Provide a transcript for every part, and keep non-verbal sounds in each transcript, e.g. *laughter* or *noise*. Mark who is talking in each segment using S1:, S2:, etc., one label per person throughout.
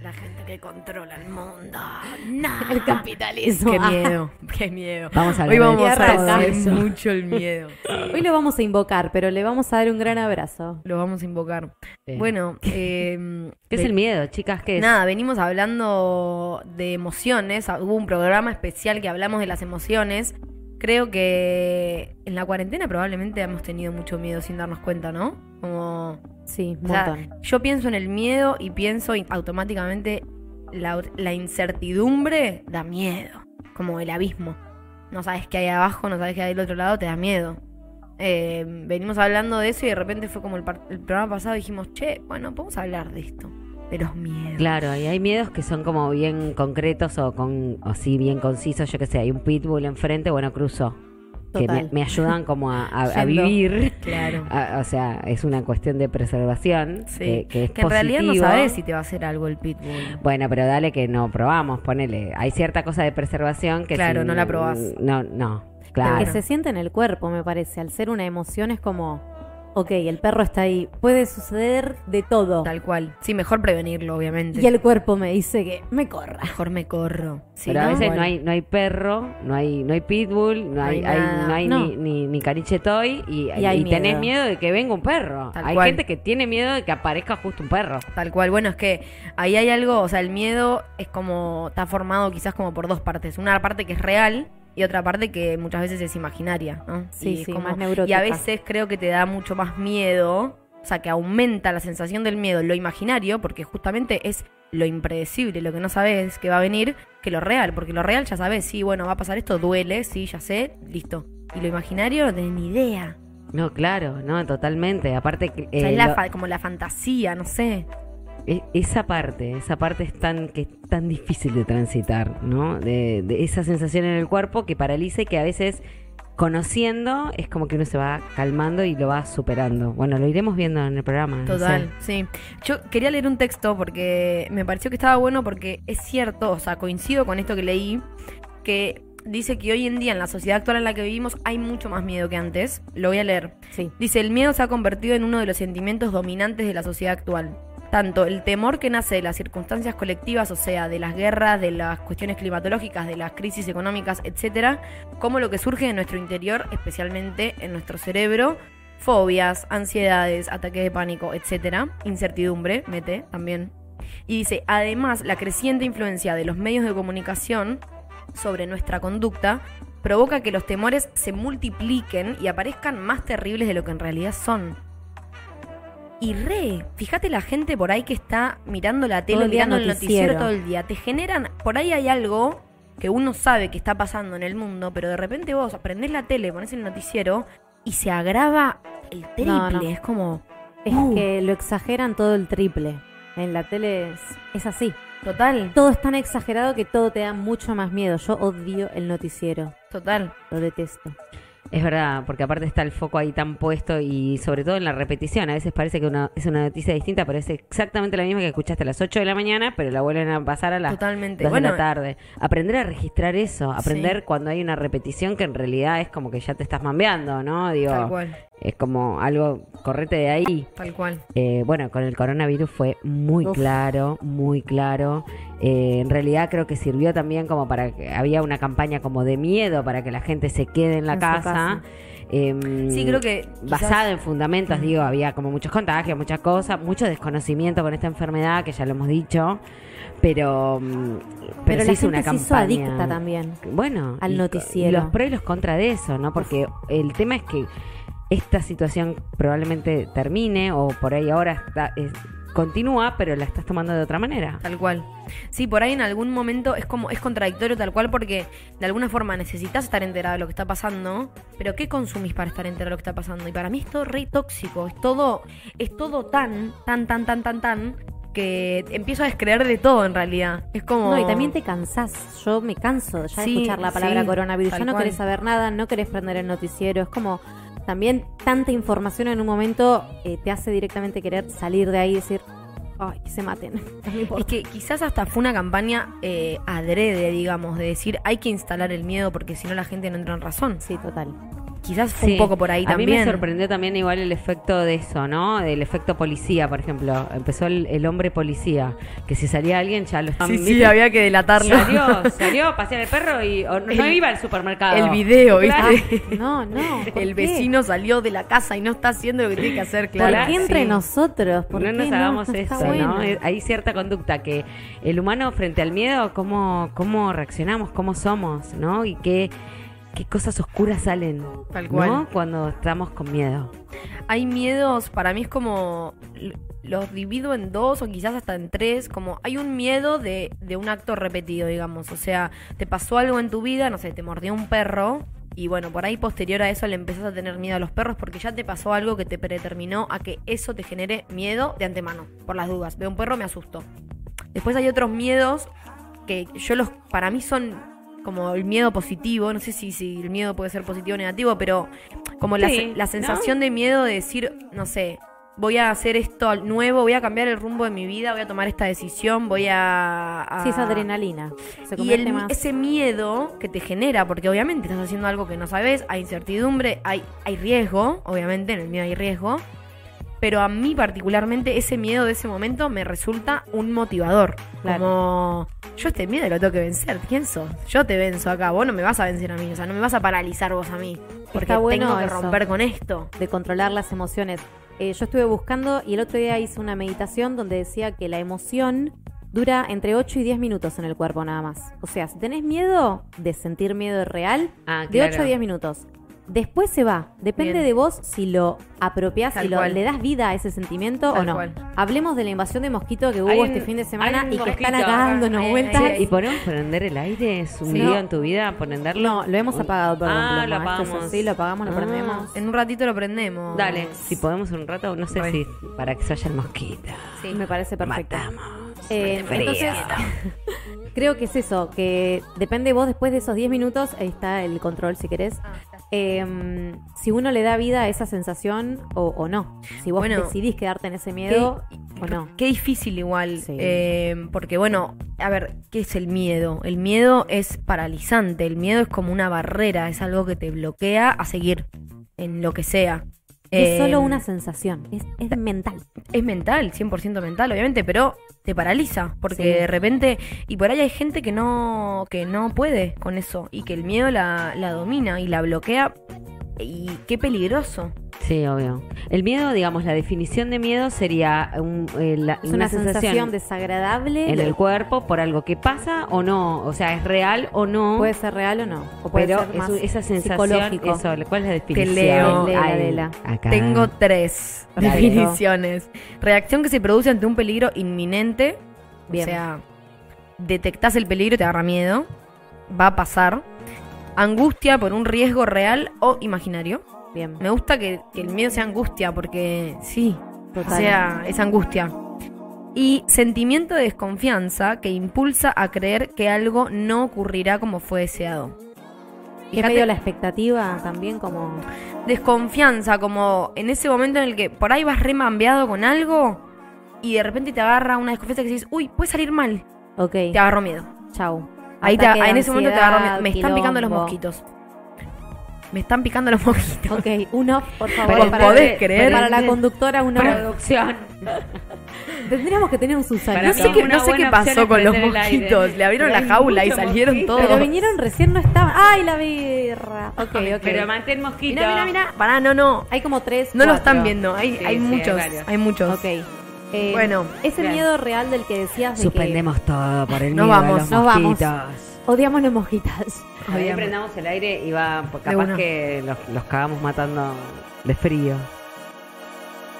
S1: La gente que controla el
S2: *laughs*
S1: mundo. Nada.
S3: El capitalismo.
S4: Qué miedo, Ah, *laughs* qué miedo.
S3: Vamos a
S4: Hoy
S3: hablar de
S4: vamos a
S3: todo
S4: hacer
S3: eso.
S4: mucho
S2: *laughs*
S4: el miedo.
S3: Hoy lo vamos a invocar, pero le vamos a dar un gran abrazo.
S4: Lo vamos a invocar.
S3: Bien.
S2: *laughs*
S4: Bueno, eh,
S3: ¿Qué es
S4: de-
S3: el miedo, chicas? ¿Qué es?
S4: Nada, venimos hablando de emociones. Hubo un programa especial que hablamos de las emociones. Creo que en la cuarentena probablemente hemos tenido mucho miedo sin darnos cuenta, ¿no? Como
S3: Sí, un
S4: o sea,
S3: montón.
S4: yo pienso en el miedo y pienso in- automáticamente la, la incertidumbre da miedo, como el abismo. No sabes qué hay abajo, no sabes qué hay del otro lado, te da miedo. Eh, venimos hablando de eso y de repente fue como el, par- el programa pasado dijimos, che, bueno, podemos hablar de esto, de los miedos.
S2: Claro, y hay miedos que son como bien concretos o con o sí, bien concisos. Yo qué sé, hay un pitbull enfrente, bueno, cruzo. Que me,
S3: Total.
S2: me ayudan como a, a- a
S4: Yendo.
S2: vivir. *laughs*
S4: Claro.
S2: A- o sea, es una cuestión de preservación.
S4: Sí.
S2: Que, que es
S4: Que en realidad no
S2: positivo.
S4: sabes si te va a hacer algo el pitbull.
S2: Bueno, pero dale que no probamos, ponele. Hay cierta cosa de preservación que
S4: Claro,
S2: si-
S4: no la probás.
S2: No, no, claro.
S3: Que se siente en el cuerpo, me parece. Al ser una emoción es como, ok, el perro está ahí. Puede suceder de todo.
S4: Tal cual. Sí, mejor prevenirlo, obviamente.
S3: Y el cuerpo me dice que me corra.
S4: Mejor me corro. Sí,
S2: pero a
S4: ¿no?
S2: veces
S4: Igual.
S2: no hay, no hay perro, no hay, no hay pitbull, no hay,
S4: hay
S2: hay-
S4: nada.
S2: no hay
S3: No.
S2: ni, ni, ni caniche toy y,
S3: Y hay
S2: y tenés
S3: miedo.
S2: miedo de que venga un perro.
S4: Tal
S2: hay
S4: cual.
S2: gente que tiene miedo de que aparezca justo un perro.
S4: Tal cual. Bueno, es que ahí hay algo, o sea, el miedo es como, está formado quizás como por dos partes. Una parte que es real y otra parte que muchas veces es imaginaria, ¿no?
S3: Sí,
S4: Y es
S3: sí,
S4: como-
S3: más neurótica.
S4: Y a veces creo que te da mucho más miedo, o sea, que aumenta la sensación del miedo, lo imaginario, porque justamente es lo impredecible, lo que no sabes que va a venir, que lo real, porque lo real ya sabes, sí, bueno, va a pasar esto, duele, sí, ya sé, listo. Y lo imaginario no tenés ni idea.
S2: No, claro, no, totalmente. Aparte, que,
S4: O sea,
S2: eh,
S4: es la
S2: lo-
S4: fa- como la fantasía, no sé.
S2: e- esa parte, esa parte es tan, que es tan difícil de transitar, ¿no? De, de esa sensación en el cuerpo que paraliza y que a veces conociendo es como que uno se va calmando y lo va superando. Bueno, lo iremos viendo en el programa. no sé.
S4: Total, sí. Yo quería leer un texto porque me pareció que estaba bueno porque es cierto, o sea, coincido con esto que leí, que dice que hoy en día en la sociedad actual en la que vivimos hay mucho más miedo que antes. Lo voy a leer.
S3: Sí.
S4: Dice, el miedo se ha convertido en uno de los sentimientos dominantes de la sociedad actual. Tanto el temor que nace de las circunstancias colectivas, o sea, de las guerras, de las cuestiones climatológicas, de las crisis económicas, etcétera, como lo que surge de nuestro interior, especialmente en nuestro cerebro, fobias, ansiedades, ataques de pánico, etcétera, incertidumbre, mete también. Y dice, además, la creciente influencia de los medios de comunicación sobre nuestra conducta provoca que los temores se multipliquen y aparezcan más terribles de lo que en realidad son. Y re, fíjate la gente por ahí que está mirando la
S3: Todo
S4: tele,
S3: el día
S4: mirando el noticiero
S3: noticiero.
S4: todo el día. Te generan, por ahí hay algo que uno sabe que está pasando en el mundo, pero de repente vos aprendés la tele, ponés el noticiero y se agrava el triple.
S3: No, no.
S4: Es como
S3: Es
S4: Uh.
S3: que lo exageran todo el triple. En la tele es, es así.
S4: total,
S3: Todo es tan exagerado que todo te da mucho más miedo. Yo odio el noticiero.
S4: total.
S3: Lo detesto.
S2: Es verdad, porque aparte está el foco ahí tan puesto y sobre todo en la repetición. A veces parece que una, es una noticia distinta, pero es exactamente la misma que escuchaste a las 8 de la mañana, pero la vuelven a pasar a las
S4: Totalmente.
S2: 2
S4: Bueno,
S2: de la tarde. Aprender a registrar eso, aprender
S4: Sí.
S2: cuando hay una repetición que en realidad es como que ya te estás mambeando, ¿no?
S4: Tal
S2: Digo,
S4: cual,
S2: es como algo, correte de ahí.
S4: tal cual.
S2: Eh, bueno, con el coronavirus fue muy
S3: Uf.
S2: claro, muy claro. Eh, en realidad creo que sirvió también como para que había una campaña como de miedo para que la gente se quede en la
S3: En su casa.
S2: casa. Em,
S3: Mm,
S4: Sí, creo que quizás-
S2: Basada en fundamentos, digo, había como muchos contagios, muchas cosas, mucho desconocimiento con esta enfermedad, que ya lo hemos dicho, pero, mm, pero,
S3: Pero,
S2: se
S3: la
S2: hizo
S3: gente
S2: una
S3: se
S2: campaña.
S3: hizo adicta también.
S2: Bueno,
S3: Al
S2: y co-
S3: noticiero.
S2: y los pros y los contra de eso, ¿no? Porque el tema es que esta situación probablemente termine o por ahí ahora está, es- continúa, pero la estás tomando de otra manera.
S4: Tal cual. Sí, por ahí en algún momento es como es contradictorio tal cual porque de alguna forma necesitas estar enterado de lo que está pasando, pero ¿qué consumís para estar enterado de lo que está pasando? Y para mí es todo re tóxico, es todo es todo tan tan tan tan tan tan que empiezo a descreer de todo en realidad. Es como
S3: No, y también te cansás. Yo me canso ya
S4: Oh. Sí,
S3: de escuchar la palabra
S4: sí,
S3: coronavirus. Ya
S4: tal
S3: no
S4: cual.
S3: querés saber nada, no querés prender el noticiero. Es como también tanta información en un momento eh, te hace directamente querer salir de ahí y decir, ay, que
S4: *laughs*
S3: se maten. No me
S4: Es
S3: importa.
S4: que quizás hasta fue una campaña eh, adrede, digamos, de decir hay que instalar el miedo porque si no la gente no entra en razón.
S3: Sí, total.
S4: Quizás fue
S2: Sí.
S4: un poco por ahí
S2: a
S4: también.
S2: mí me sorprendió también igual el efecto de eso, ¿no? El efecto policía, por ejemplo. Empezó el, el hombre policía, que si salía alguien ya lo estaban...
S4: Sí, sí,
S2: ¿viste?
S4: había que delatarlo.
S2: Salió, salió a pasear el perro y o no, no
S4: El-
S2: iba al supermercado.
S4: El video,
S2: Claro.
S4: ¿viste?
S3: No, no. ¿por
S4: *laughs* El
S3: qué?
S4: vecino salió de la casa y no está haciendo lo que tiene que hacer,
S3: ¿Por
S4: claro.
S3: qué entre
S4: Sí.
S3: nosotros? ¿Por
S2: no
S3: qué
S2: nos
S3: no?
S2: hagamos
S3: No está
S2: eso, ¿no?
S3: bueno.
S2: Eh, Hay cierta conducta que el humano frente al miedo, cómo, cómo reaccionamos, cómo somos, ¿no? Y qué, qué cosas oscuras salen,
S4: Tal
S2: ¿no?
S4: cual.
S2: Cuando estamos con miedo.
S4: Hay miedos, para mí es como. l- Los divido en dos o quizás hasta en tres. Como hay un miedo de, de un acto repetido, digamos. O sea, te pasó algo en tu vida, no sé, te mordió un perro. Y bueno, por ahí posterior a eso le empezás a tener miedo a los perros porque ya te pasó algo que te predeterminó a que eso te genere miedo de antemano, por las dudas. Veo un perro, me asusto. Después hay otros miedos que yo los para mí son como el miedo positivo, no sé si, si el miedo puede ser positivo o negativo, pero como la,
S2: Sí,
S4: se- la
S2: ¿no?
S4: sensación de miedo de decir, no sé, voy a hacer esto al- nuevo, voy a cambiar el rumbo de mi vida, voy a tomar esta decisión, voy a... a-
S3: Sí, es adrenalina. Se
S4: Y
S3: convierte
S4: el-
S3: más.
S4: ese miedo que te genera, porque obviamente estás haciendo algo que no sabes, hay incertidumbre, hay, hay riesgo, obviamente en el miedo hay riesgo, pero a mí particularmente ese miedo de ese momento me resulta un motivador.
S3: Claro.
S4: Como, yo este miedo lo tengo que vencer, ¿quién sos? Yo te venzo acá, vos no me vas a vencer a mí, o sea, no me vas a paralizar vos a mí, porque
S3: Está bueno
S4: tengo que
S3: eso.
S4: romper con esto.
S3: de controlar las emociones. Eh, yo estuve buscando y el otro día hice una meditación donde decía que la emoción dura entre 8 y 10 minutos en el cuerpo nada más. O sea, si tenés miedo de sentir miedo real,
S2: Ah,
S3: de 8
S2: claro.
S3: a 10 minutos. Después se va. Depende
S4: Bien.
S3: de vos si lo apropiás
S4: Tal
S3: y lo,
S4: cual.
S3: le das vida a ese sentimiento
S4: Tal
S3: o no.
S4: cual.
S3: Hablemos de la invasión de mosquito que hubo
S2: Hay un-
S3: este fin de semana
S2: hay un
S3: y que están
S2: mosquito, eh,
S3: acá
S2: ajá.
S3: dándonos
S4: Ay, ay,
S3: vueltas.
S4: ay, ay.
S2: ¿Y podemos prender el aire? ¿Es un
S3: Sí.
S2: video
S3: No.
S2: en tu vida? ¿Prenderlo?
S3: No, lo hemos apagado, perdón.
S2: Ah,
S3: Paloma.
S2: lo
S3: Esto es
S2: apagamos.
S3: así, lo apagamos, lo
S2: Ah.
S3: prendemos.
S4: En un ratito lo prendemos.
S2: Dale, si podemos un rato, no sé si para que se haya el mosquito.
S4: Sí.
S3: Me parece perfecto.
S2: Matamos.
S3: Eh,
S2: Frío.
S3: entonces, creo que es eso, que depende vos después de esos 10 minutos, ahí está el control si querés,
S4: Ah,
S3: eh, si uno le da vida a esa sensación o, o no. Si vos
S4: Bueno.
S3: decidís quedarte en ese miedo o no.
S4: Qué difícil igual,
S3: Sí.
S4: eh, porque bueno, a ver, ¿qué es el miedo? El miedo es paralizante, el miedo es como una barrera, es algo que te bloquea a seguir en lo que sea.
S3: Es
S4: Eh,
S3: solo una sensación, es, es mental.
S4: Es mental, 100% mental, obviamente, pero te paraliza, porque
S3: Sí.
S4: de repente, y por ahí hay gente que no, que no puede con eso, y que el miedo la, la domina y la bloquea, y qué peligroso.
S2: Sí, obvio. El miedo, digamos, la definición de miedo sería un- eh, la-
S3: Es una, sensación, desagradable.
S2: en el cuerpo por algo que pasa o no, o sea, es real o no.
S3: Puede ser real o no. O puede
S2: pero
S3: ser más
S2: eso- esa sensación,
S3: psicológico.
S2: eso, ¿cuál es la definición?
S4: leo.
S3: Lela,
S2: Ay,
S3: Lela.
S2: acá.
S4: Tengo tres
S3: Perfecto.
S4: definiciones. Reacción que se produce ante un peligro inminente.
S3: Bien.
S4: O sea, detectás el peligro y te agarra miedo. Va a pasar. Angustia por un riesgo real o imaginario.
S3: Bien,
S4: Me gusta que, que el miedo sea angustia porque sí,
S3: total.
S4: o sea, es angustia. Y sentimiento de desconfianza que impulsa a creer que algo no ocurrirá como fue deseado.
S3: Que medio la expectativa también como...
S4: desconfianza, como en ese momento en el que por ahí vas remambeado con algo y de repente te agarra una desconfianza que dices, uy, puede salir mal.
S3: Ok,
S4: Te agarró miedo.
S3: chau.
S4: Ahí te,
S3: Ataque de
S4: en ese momento te agarró miedo.
S3: ansiedad,
S4: Me están picando los
S3: quilombo.
S4: mosquitos. Me están picando los *laughs* mosquitos.
S3: Ok, un off,
S4: *laughs*
S3: por favor.
S2: Pero
S3: para-
S2: podés
S4: creer.
S3: Para la conductora, un off.
S2: Producción.
S3: Tendríamos que tener un
S2: Para
S3: Susana.
S4: No sé qué,
S2: una
S4: no sé qué
S2: buena opción
S4: pasó
S2: es
S4: con los
S2: prender el aire.
S4: mosquitos. Le abrieron
S2: Pero
S4: la
S2: hay
S4: jaula y
S2: mucho
S4: salieron
S2: mosquito.
S4: todos.
S3: Pero vinieron recién, no estaban. ¡Ay, la birra! Ok, ok.
S2: Pero mantén mosquito.
S4: Mirá, mirá, mirá. Pará, no, no.
S3: Hay como tres.
S4: No lo
S3: cuatro.
S4: están viendo. Hay,
S2: Sí,
S4: hay
S2: sí, hay
S4: muchos. Hay,
S2: varios.
S4: muchos.
S3: Ok. Eh,
S4: Bueno,
S3: Es el
S2: bien.
S3: miedo real del que decías de
S2: Suspendemos todo por el
S4: Nos
S2: miedo
S4: vamos,
S2: a los
S3: nos vamos.
S2: mosquitos.
S3: que odiamos los mojitas.
S2: Ahí
S4: Obviamente.
S2: prendamos el aire y va, pues,
S4: De
S2: capaz
S4: una.
S2: que los, los cagamos matando de frío.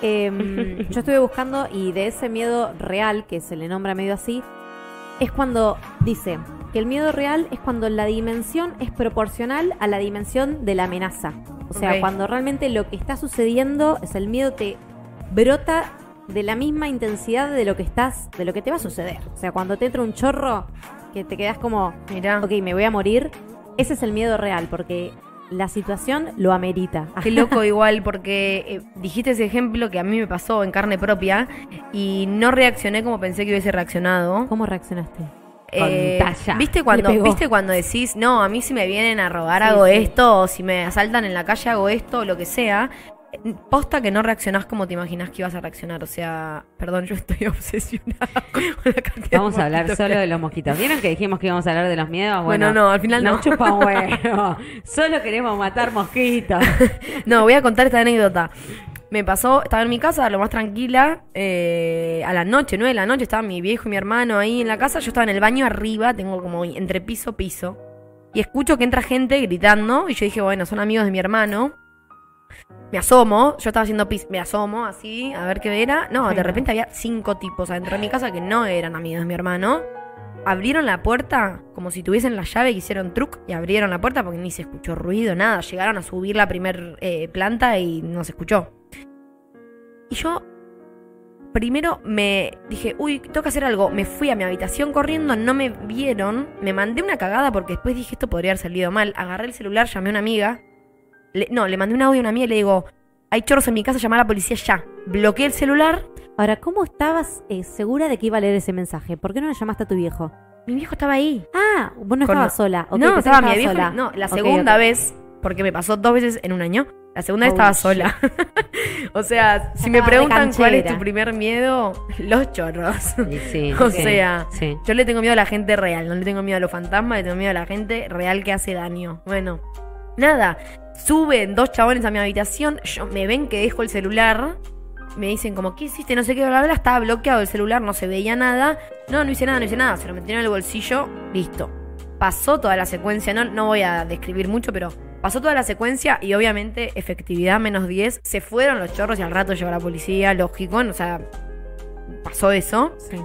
S3: Eh, yo estuve buscando y de ese miedo real, que se le nombra medio así, es cuando dice que el miedo real es cuando la dimensión es proporcional a la dimensión de la amenaza. O sea,
S4: Ok.
S3: cuando realmente lo que está sucediendo es el miedo te brota de la misma intensidad de lo que estás, de lo que te va a suceder. O sea, cuando te entra un chorro que te quedas como,
S4: Mirá.
S3: ok, me voy a morir, ese es el miedo real, porque la situación lo amerita. Ah,
S4: Qué loco igual, porque eh, dijiste ese ejemplo que a mí me pasó en carne propia y no reaccioné como pensé que hubiese reaccionado.
S3: ¿Cómo reaccionaste?
S4: eh,
S2: Pantalla.
S4: ¿Viste
S3: Le
S4: cuando,
S3: pegó.
S4: ¿Viste cuando decís, no, a mí si me vienen a robar
S3: Sí,
S4: hago
S3: sí.
S4: esto, o si me asaltan en la calle hago esto, o lo que sea? Posta que no reaccionás como te imaginás que ibas a reaccionar. O sea, perdón, yo estoy *laughs* obsesionada con la cantidad de
S2: Vamos a hablar
S4: mosquitos
S2: solo
S4: que-
S2: de los mosquitos. ¿Vieron que dijimos que íbamos a hablar de los miedos? Bueno,
S4: Bueno, no, al final
S2: nos
S4: no.
S2: chupa un huevo. *laughs* Solo queremos
S4: *laughs*
S2: matar mosquitos.
S4: No, voy a contar esta anécdota. Me pasó, estaba en mi casa, lo más tranquila, eh, a la noche, nueve de la noche, estaban mi viejo y mi hermano ahí en la casa, yo estaba en el baño arriba, tengo como entre piso, piso, y escucho que entra gente gritando, y yo dije, bueno, son amigos de mi hermano. Me asomo, yo estaba haciendo pis, me asomo así, a ver qué era. No, de repente había cinco tipos adentro de mi casa que no eran amigos de mi hermano. Abrieron la puerta como si tuviesen la llave que hicieron truc y abrieron la puerta porque ni se escuchó ruido, nada. Llegaron a subir la primer eh, planta y no se escuchó. Y yo primero me dije, uy, tengo que hacer algo. Me fui a mi habitación corriendo, no me vieron. Me mandé una cagada porque después dije, esto podría haber salido mal. Agarré el celular, llamé a una amiga. Le- no, le mandé un audio a una amiga y le digo, hay chorros en mi casa, llamá a la policía ya. Bloqueé el celular.
S3: Ahora, ¿cómo estabas eh, segura de que iba a leer ese mensaje? ¿Por qué no le llamaste a tu viejo?
S4: Mi viejo estaba ahí.
S3: Ah, vos no
S4: Con-
S3: estabas sola.
S4: no,
S3: Ok, pensé que
S4: estaba mi
S3: estabas
S4: viejo.
S3: sola.
S4: No, la
S3: Ok,
S4: segunda
S3: ok.
S4: vez, porque me pasó dos veces en un año. La segunda vez
S3: Oh,
S4: estaba
S3: shit.
S4: sola. *laughs* o sea, si me
S3: Estaba re
S4: preguntan cuál es
S3: canchera.
S4: tu primer miedo, los chorros.
S2: Y
S4: *laughs*
S2: sí,
S4: O
S2: sí,
S4: sea,
S2: sí.
S4: Yo le tengo miedo a la gente real, no le tengo miedo a los fantasmas, le tengo miedo a la gente real que hace daño. Bueno, nada, suben dos chabones a mi habitación, yo, me ven que dejo el celular, me dicen como, ¿qué hiciste? No sé qué, bla, bla, bla, estaba bloqueado el celular, no se veía nada. No, no hice nada, no hice nada, se lo metieron en el bolsillo, listo. Pasó toda la secuencia, no, no voy a describir mucho, pero pasó toda la secuencia y obviamente efectividad menos 10, se fueron los chorros y al rato llegó la policía, lógico, o sea, pasó eso.
S3: Sí.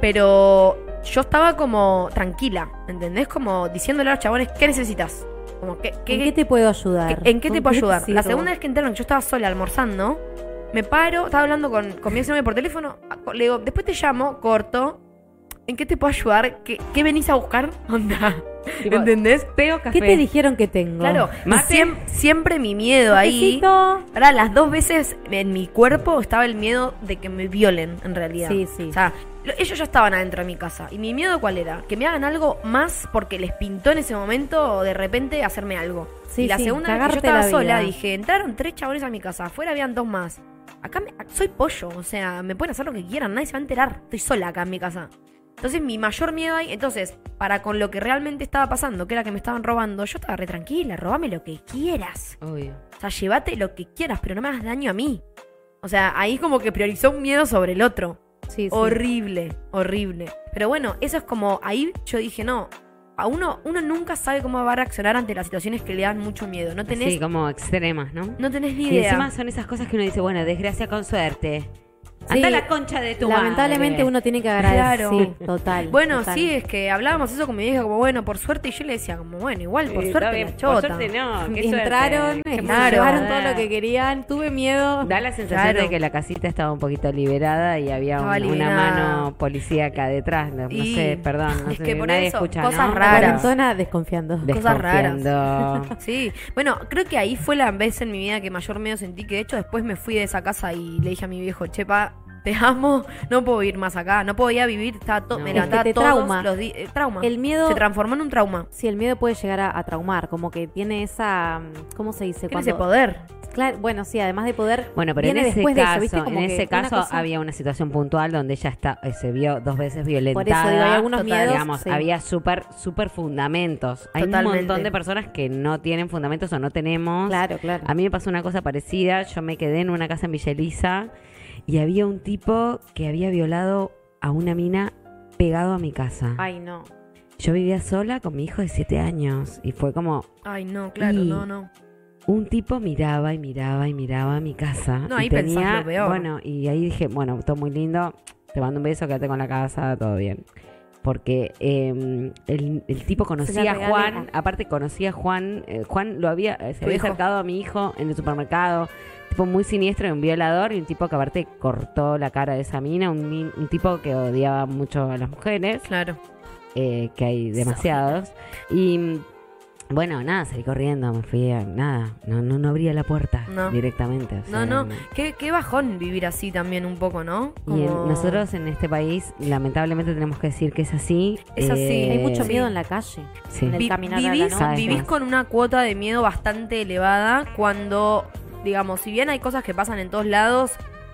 S4: Pero yo estaba como tranquila, ¿entendés? Como diciéndole a los chabones, ¿qué necesitas? Como, ¿qué, qué,
S3: ¿En qué te puedo ayudar?
S4: qué- en qué te
S3: ¿Con
S4: puedo ayudar? La
S3: sirvo?
S4: segunda vez que entraron, yo estaba sola almorzando, me paro, estaba hablando con, con mi ex novio por teléfono, le digo, después te llamo, corto, ¿en qué te puedo ayudar? ¿Qué, qué venís a buscar? *laughs* Onda,
S2: Tipo,
S4: ¿entendés?
S2: Teo café.
S3: ¿Qué te dijeron que tengo?
S4: Claro,
S2: Mate.
S4: siem- siempre mi miedo ahí.
S3: Cafecito.
S4: Ahora, las dos veces en mi cuerpo estaba el miedo de que me violen, en realidad.
S3: Sí, sí.
S4: O sea, lo- ellos ya estaban adentro de mi casa. ¿Y mi miedo cuál era? Que me hagan algo más porque les pintó en ese momento de repente hacerme algo.
S3: Sí,
S4: y la
S3: sí,
S4: segunda vez que yo
S3: cagarte
S4: estaba
S3: la
S4: sola,
S3: vida.
S4: dije, entraron tres chabones a mi casa, afuera habían dos más. Acá me- soy pollo, o sea, me pueden hacer lo que quieran, nadie se va a enterar. Estoy sola acá en mi casa. Entonces mi mayor miedo ahí, entonces, para con lo que realmente estaba pasando, que era que me estaban robando, yo estaba re tranquila, robame lo que quieras.
S2: Obvio.
S4: O sea, llévate lo que quieras, pero no me hagas daño a mí. O sea, ahí como que priorizó un miedo sobre el otro.
S3: Sí, sí.
S4: Horrible, horrible. Pero bueno, eso es como, ahí yo dije, no, a uno, uno nunca sabe cómo va a reaccionar ante las situaciones que le dan mucho miedo. No tenés,
S2: Sí, como extremas, ¿no?
S4: no tenés ni
S2: Y
S4: idea.
S2: encima son esas cosas que uno dice, bueno, desgracia con suerte.
S3: Sí.
S2: Anda a la concha de tu
S3: Lamentablemente
S2: madre.
S3: uno tiene que agradecer.
S4: Claro.
S3: Sí, total.
S4: bueno,
S3: total.
S4: sí, es que hablábamos eso con mi vieja, como bueno, por suerte, y yo le decía, como bueno, igual, por
S2: Sí, está
S4: suerte,
S2: bien,
S4: la chota.
S2: Por suerte no. qué suerte,
S3: Entraron,
S2: qué
S4: claro.
S3: llevaron todo
S2: maldad.
S3: lo que querían. Tuve miedo.
S2: Da la sensación
S4: Claro.
S2: de que la casita estaba un poquito liberada y había
S4: Estaba
S2: un- una
S4: liberada.
S2: mano policíaca detrás. No, no
S4: Y-
S2: sé, perdón.
S3: *laughs*
S2: No
S4: es
S2: sé,
S4: que por
S2: nadie
S4: eso,
S2: escucha,
S4: cosas
S2: ¿no?
S3: La
S4: raras.
S3: cuarentona desconfiando.
S4: Cosas raras.
S3: *laughs*
S2: Desconfiando.
S4: Sí, bueno, creo que ahí fue la vez en mi vida que mayor miedo sentí, que de hecho después me fui de esa casa y le dije a mi viejo, chepa, te *laughs* amo, no puedo ir más acá, no podía vivir, estaba todo,
S2: No.
S4: me
S2: Es
S4: levantaba
S3: que te
S4: todos
S3: trauma.
S4: los días, trauma,
S3: El miedo.
S4: se transformó en un trauma,
S3: Sí, el miedo puede llegar a, a traumar. Como que tiene esa. mm, ¿Cómo se dice?
S4: tiene ese
S3: Cuando-
S4: poder.
S3: Claro, bueno, sí, además de poder.
S2: Bueno, pero
S3: viene
S2: en ese
S3: después de eso,
S2: caso,
S3: ¿viste? Como
S2: en
S3: que
S2: ese
S3: una
S2: caso
S3: cosa-
S2: había una situación puntual donde ella está, eh, se vio dos veces
S3: Por
S2: violentada.
S3: eso digo, hay algunos
S4: total,
S3: miedos.
S2: digamos,
S3: sí.
S2: había súper, súper fundamentos. Hay
S4: Totalmente.
S2: un montón de personas que no tienen fundamentos o no tenemos.
S3: Claro, claro.
S2: A mí me pasó una cosa parecida. Yo me quedé en una casa en Villa Elisa y había un tipo que había violado a una mina pegado a mi casa.
S3: Ay, no.
S2: Yo vivía sola con mi hijo de siete años y fue como
S4: Ay, no, claro,
S2: Y-
S4: no, no.
S2: un tipo miraba y miraba y miraba a mi casa.
S4: No,
S2: y
S4: ahí pensás lo peor.
S2: Bueno, y ahí dije, bueno, todo muy lindo, te mando un beso, quédate con la casa, todo bien. Porque eh, el, el tipo conocía a
S3: regalé.
S2: Juan, aparte conocía a Juan, eh, Juan lo había, eh, se
S4: Tu
S2: había
S4: hijo.
S2: acercado a mi hijo en el supermercado, tipo muy siniestro, un violador y un tipo que aparte cortó la cara de esa mina, un, min- un tipo que odiaba mucho a las mujeres
S4: Claro.
S2: eh, que hay demasiados. Y mm, Bueno, nada, salí corriendo, me fui a nada, no, no, no abría la puerta
S4: No.
S2: directamente. o
S4: No,
S2: sea,
S4: no. Qué, qué bajón vivir así también un poco, ¿no?
S2: Y en-
S4: Como-
S2: nosotros en este país, lamentablemente, tenemos que decir que es así. Eh,
S4: Es así.
S3: Hay mucho
S4: Sí.
S3: miedo en la calle.
S2: sí. Ah,
S3: en el
S4: Vi-
S3: caminar a la
S4: vivís,
S2: noche.
S4: vivís con una cuota de miedo bastante elevada cuando, digamos, si bien hay cosas que pasan en todos lados,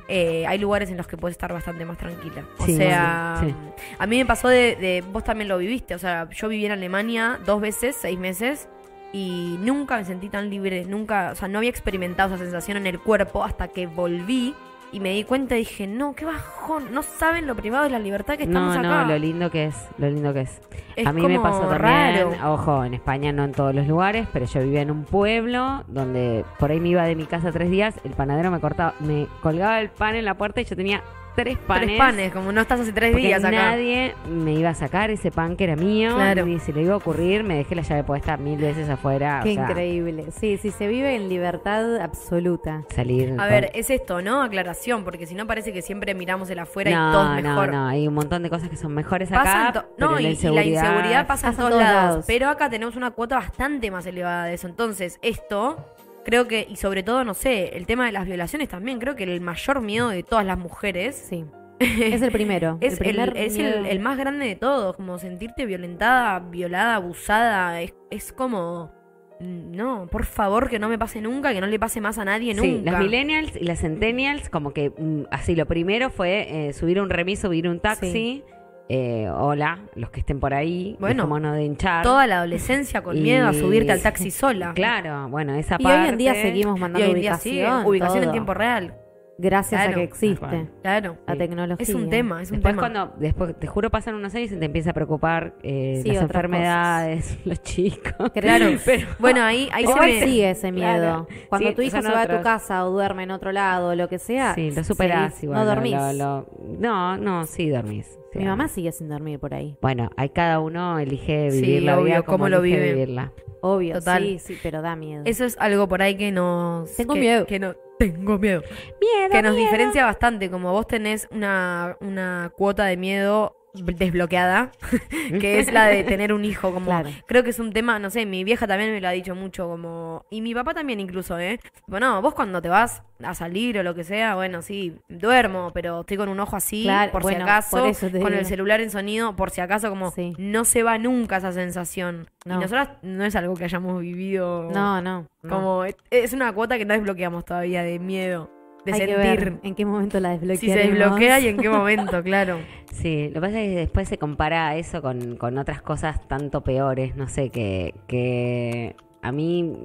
S4: eh, hay lugares en los que puedes estar bastante más tranquila. O
S2: Sí,
S4: sea,
S2: sí, sí.
S4: a mí me pasó de, de- Vos también lo viviste. O sea, yo viví en Alemania dos veces, seis meses. Y nunca me sentí tan libre, nunca, o sea, no había experimentado esa sensación en el cuerpo hasta que volví y me di cuenta y dije, no, qué bajón, no saben lo privado de la libertad que estamos
S2: No, no,
S4: acá.
S2: lo lindo que es, lo lindo que es.
S4: Es
S2: a mí me
S4: como
S2: pasó
S4: raro.
S2: también, ojo, en España no en todos los lugares, pero yo vivía en un pueblo donde por ahí me iba de mi casa tres días, el panadero me cortaba, me colgaba el pan en la puerta y yo tenía tres panes.
S4: Tres panes, como no estás hace tres
S2: porque
S4: días acá.
S2: nadie me iba a sacar ese pan que era mío.
S4: Claro.
S2: Y si le iba a ocurrir, me dejé la llave puesta mil veces afuera. o
S3: Qué
S2: sea,
S3: increíble. Sí, sí, se vive en libertad absoluta.
S2: Salir.
S4: A
S2: con-
S4: ver, eh, es esto, ¿no? Aclaración, porque si no parece que siempre miramos el afuera
S2: no,
S4: y todo es mejor.
S2: no, no, hay un montón de cosas que son mejores
S4: Pasa
S2: acá.
S4: en to-
S2: pero
S4: no, y, y la inseguridad pasa en todos lados, Pero acá tenemos una cuota bastante más elevada de eso. Entonces, esto, creo que, y sobre todo, no sé, el tema de las violaciones también, creo que el mayor miedo de todas las mujeres
S3: Sí. *laughs* Es el primero.
S4: es, el,
S3: primer
S4: es el-
S3: miedo.
S4: el más grande de todos. Como sentirte violentada, violada, abusada. Es, es como. No, por favor, que no me pase nunca, que no le pase más a nadie
S2: Sí,
S4: nunca.
S2: las millennials y las centennials, como que mm, así, lo primero fue eh, subir un remis, subir un taxi.
S3: Sí.
S2: eh, hola, los que estén por ahí.
S4: Bueno,
S2: Bueno, de hinchar.
S4: toda la adolescencia con miedo a
S2: Y-
S4: subirte *laughs* al taxi sola.
S2: Claro, bueno, esa
S3: Y
S2: parte.
S3: hoy en día seguimos
S4: Y
S3: mandando
S4: hoy en día
S3: ubicación.
S4: sí, ubicación en
S3: todo.
S4: tiempo real.
S3: Gracias
S4: Claro.
S3: a que
S2: Tal
S3: existe
S4: Claro.
S3: la
S2: Sí.
S3: tecnología.
S4: Es un tema, es un
S2: Después
S4: tema.
S2: cuando, después, te juro, pasan unos años y te empieza a preocupar eh,
S3: Sí,
S2: las
S3: otras
S2: enfermedades, *laughs* los chicos.
S3: *laughs* Claro.
S2: pero
S4: *laughs* Bueno, ahí, ahí se
S3: Igual
S4: me-
S3: sigue ese
S2: Claro.
S3: miedo. Cuando
S2: Sí,
S3: tu hijo
S2: son
S3: se va a
S2: otros.
S3: tu casa o duerme en otro lado o lo que sea,
S2: sí, lo superás
S3: seguís,
S2: igual.
S3: no
S2: lo-
S3: dormís.
S2: lo- lo- no, no, sí dormís. Sí,
S3: Mi mamá
S2: dormís.
S3: sigue sin dormir por ahí.
S2: Bueno, ahí cada uno elige
S4: Sí,
S2: vivir la vida
S4: obvio,
S2: como
S4: cómo lo
S2: elige
S4: vive.
S2: vivirla.
S3: Obvio,
S4: Total.
S3: sí, sí, pero da miedo.
S4: Eso es algo por ahí que nos.
S3: Tengo
S4: que-
S3: miedo.
S4: Que no, tengo miedo.
S2: Miedo,
S4: Que nos diferencia bastante. Como vos tenés una, una cuota de miedo desbloqueada, *laughs* que es la de tener un hijo. Como
S3: Claro.
S4: creo que es un tema, no sé, mi vieja también me lo ha dicho mucho, como. Y mi papá también incluso, ¿eh? Bueno, vos cuando te vas a salir o lo que sea, bueno, sí, duermo, pero estoy con un ojo así,
S3: Claro,
S4: por si
S3: bueno,
S4: acaso,
S3: por eso
S4: con
S3: te
S4: el
S3: digo.
S4: celular en sonido, por si acaso, como
S3: Sí.
S4: no se va nunca esa sensación.
S3: No.
S4: Y nosotras no es algo que hayamos vivido.
S3: no, no. no.
S4: Como es- es una cuota que no desbloqueamos todavía de miedo, de
S3: Hay que
S4: sentir
S3: ver en qué momento la desbloquea.
S4: si se desbloquea y en qué
S3: *laughs*
S4: momento, claro.
S2: Sí, lo que pasa es que después se compara eso con, con otras cosas tanto peores, no sé, que, que a mí,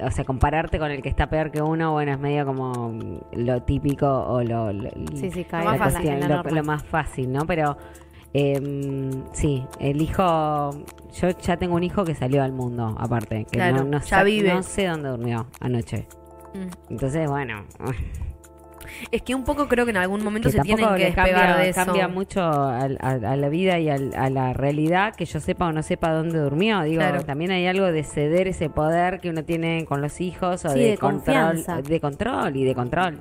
S2: o sea, compararte con el que está peor que uno, bueno, es medio como lo típico o lo, lo-
S3: Sí, sí, cae
S2: la
S4: más fácil,
S2: cuestión,
S3: en la
S2: lo-
S3: norma.
S2: lo más fácil, ¿no? Pero eh, sí, el hijo, yo ya tengo un hijo que salió al mundo, aparte, que
S4: Claro,
S2: no, no
S4: ya
S2: sa-
S4: vive.
S2: no sé dónde durmió anoche.
S4: Mm.
S2: Entonces, bueno,
S4: Es que un poco creo que en algún momento
S2: que
S4: se tienen
S2: tampoco
S4: que
S2: le
S4: despegar
S2: cambia,
S4: de eso.
S2: cambia mucho al- a, a la vida y al- a la realidad que yo sepa o no sepa dónde durmió. Digo,
S4: Claro.
S2: también hay algo de ceder ese poder que uno tiene con los hijos o
S3: Sí,
S2: de,
S3: de
S2: control,
S3: confianza.
S2: de control y de control.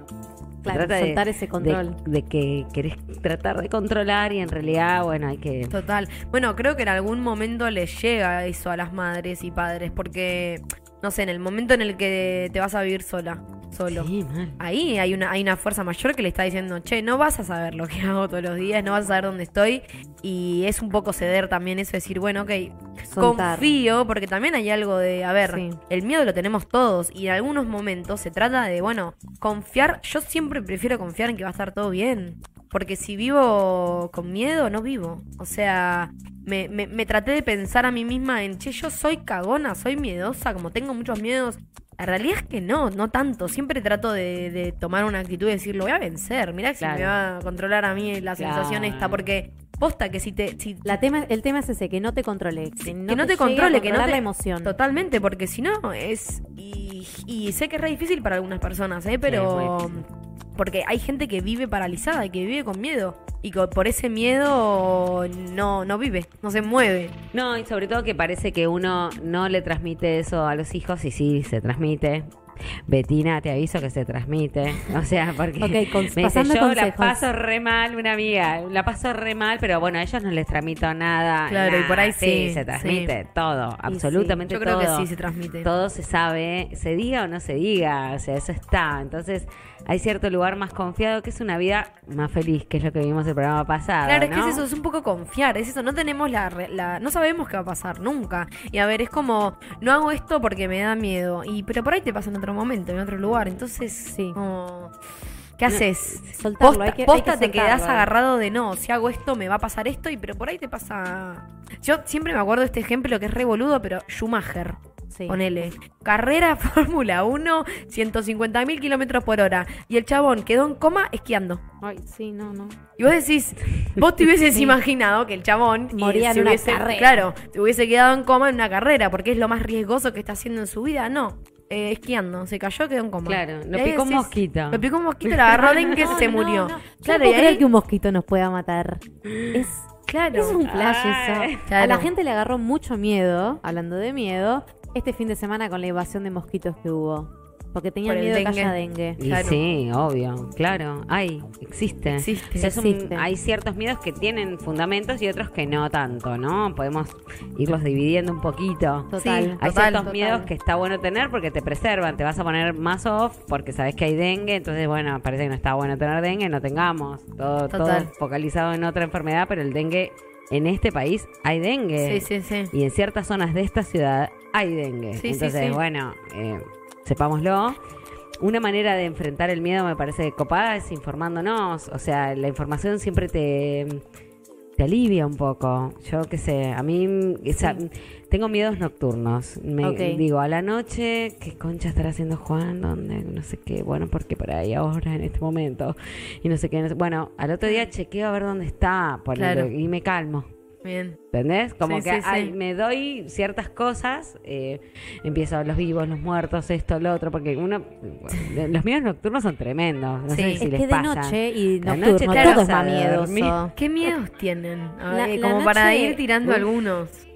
S2: Se
S3: Claro,
S2: trata de-
S3: soltar ese control.
S2: De, de que querés tratar de controlar y en realidad, bueno, hay que
S4: Total. Bueno, creo que en algún momento les llega eso a las madres y padres, porque, no sé, en el momento en el que te vas a vivir sola, solo.
S2: Sí, mal.
S4: Ahí hay una, hay una fuerza mayor que le está diciendo, che, no vas a saber lo que hago todos los días, no vas a saber dónde estoy. Y es un poco ceder también eso, decir, bueno, ok,
S3: Soltar.
S4: confío, porque también hay algo de, a ver,
S3: Sí.
S4: el miedo lo tenemos todos y en algunos momentos se trata de, bueno, confiar, yo siempre prefiero confiar en que va a estar todo bien. Porque si vivo con miedo, no vivo. O sea, me, me- me traté de pensar a mí misma en, che, yo soy cagona, soy miedosa, como tengo muchos miedos. La realidad es que no, no tanto. Siempre trato de, de tomar una actitud y decir, lo voy a vencer. Mirá si
S2: Claro.
S4: me va a controlar a mí la
S2: Claro.
S4: sensación esta. Porque posta que si te... si-
S3: La tema, el tema es ese, que no te controle. Que no,
S4: que no te,
S3: llegue a
S4: controle, que no
S3: controlar
S4: te...
S3: la emoción.
S4: Totalmente, porque si no es... Y, y sé que es re difícil para algunas personas, ¿eh? Pero...
S2: es muy
S4: porque hay gente que vive paralizada, y que vive con miedo. Y que por ese miedo no, no vive, no se mueve.
S2: No, y sobre todo que parece que uno no le transmite eso a los hijos y sí se transmite. Betina, te aviso que se transmite. O sea, *laughs* porque
S3: Ok, cons-
S2: me dice,
S3: pasando
S2: yo la
S3: consejos".
S2: paso re mal, una amiga, la paso re mal, pero bueno, a ellos no les tramito nada.
S4: Claro, y
S2: nada.
S4: por ahí sí,
S2: se transmite
S4: sí.
S2: todo, absolutamente
S4: Yo creo que
S2: todo.
S4: sí se transmite.
S2: Todo se sabe, se diga o no se diga, o sea, eso está. Entonces, hay cierto lugar más confiado que es una vida más feliz, que es lo que vimos el programa pasado.
S4: Claro, es
S2: ¿no?
S4: que es eso, es un poco confiar, es eso, no tenemos la, re- la- no sabemos qué va a pasar nunca. Y a ver, es como, no hago esto porque me da miedo, y pero por ahí te pasa en otro momento, en otro lugar, entonces,
S3: Sí.
S4: como, ¿qué haces?
S3: Soltarlo,
S4: Posta,
S3: hay que- hay
S4: posta
S3: que
S4: te quedas
S3: soltarlo. eh.
S4: agarrado de no, si hago esto me va a pasar esto, y pero por ahí te pasa... Yo siempre me acuerdo de este ejemplo que es re boludo, pero Schumacher.
S3: Sí.
S4: Ponele. Carrera *laughs* Fórmula 1, 150 mil kilómetros por hora. Y el chabón quedó en coma esquiando.
S3: Ay, sí, no, no.
S4: Y vos decís, vos te hubieses
S3: *laughs* Sí.
S4: imaginado que el chabón y
S3: Moría en
S4: se
S3: una
S4: hubiese-
S3: carrera.
S4: Claro, se hubiese quedado en coma en una carrera, porque es lo más riesgoso que está haciendo en su vida. No, eh, esquiando, se cayó, quedó en coma.
S2: Claro, lo
S4: Y ahí
S2: picó un mosquito.
S4: Lo picó un mosquito, la agarró de que
S3: *laughs* No,
S4: se
S3: no,
S4: murió.
S3: no. Yo
S4: Claro,
S3: no
S4: y
S3: puedo creer
S4: ahí,
S3: que un mosquito nos pueda matar. Es
S4: claro. Ah,
S3: Es un flash
S2: Ay,
S3: eso.
S4: claro.
S3: A la gente le agarró mucho miedo, hablando de miedo, este fin de semana con la invasión de mosquitos que hubo. Porque tenían
S4: Por el
S3: miedo de que
S4: dengue.
S3: haya dengue.
S2: Y
S4: Claro.
S2: sí, obvio, claro. Hay, existe.
S4: Existe.
S2: O sea, es un-
S3: Existe.
S2: hay ciertos miedos que tienen fundamentos y otros que no tanto, ¿no? Podemos irlos dividiendo un poquito.
S3: Total.
S4: Sí.
S2: Hay
S4: Total,
S2: ciertos
S3: total.
S2: miedos que está bueno tener porque te preservan, te vas a poner más off porque sabes que hay dengue, entonces bueno, parece que no está bueno tener dengue, no tengamos. Todo, todo
S4: Total.
S2: focalizado en otra enfermedad, pero el dengue, en este país hay dengue.
S4: Sí, sí, sí.
S2: Y en ciertas zonas de esta ciudad hay dengue.
S4: Sí, sí,
S2: Entonces,
S4: sí.
S2: bueno, eh, sepámoslo. Una manera de enfrentar el miedo me parece copada es informándonos. O sea, la información siempre te, te alivia un poco. Yo qué sé, a mí o sea, tengo miedos nocturnos. Me,
S3: Ok.
S2: Digo, a la noche, ¿qué concha estará haciendo Juan? ¿Dónde? No sé qué. Bueno, porque por ahí ahora, en este momento. Y no sé qué. no sé- Bueno, al otro día chequeo a ver dónde está. ponele,
S4: Ah. Claro.
S2: Y me calmo.
S4: Bien.
S2: ¿Entendés? Como
S4: Sí,
S2: que
S4: sí, sí.
S2: ay, me doy ciertas cosas, eh, empiezo los vivos, los muertos, esto, lo otro, porque uno, los miedos nocturnos son tremendos, no
S4: Sí.
S2: sé
S4: Es
S2: si
S3: es
S2: les
S3: que de
S2: pasa.
S3: noche y
S2: La
S3: nocturno
S2: noche te vas
S3: todo es
S2: a
S3: más
S2: dormir.
S3: miedoso.
S4: ¿Qué miedos tienen? A
S3: La-
S4: ver,
S3: la
S4: como para
S3: noche-
S4: ir tirando
S3: Uf.
S4: algunos.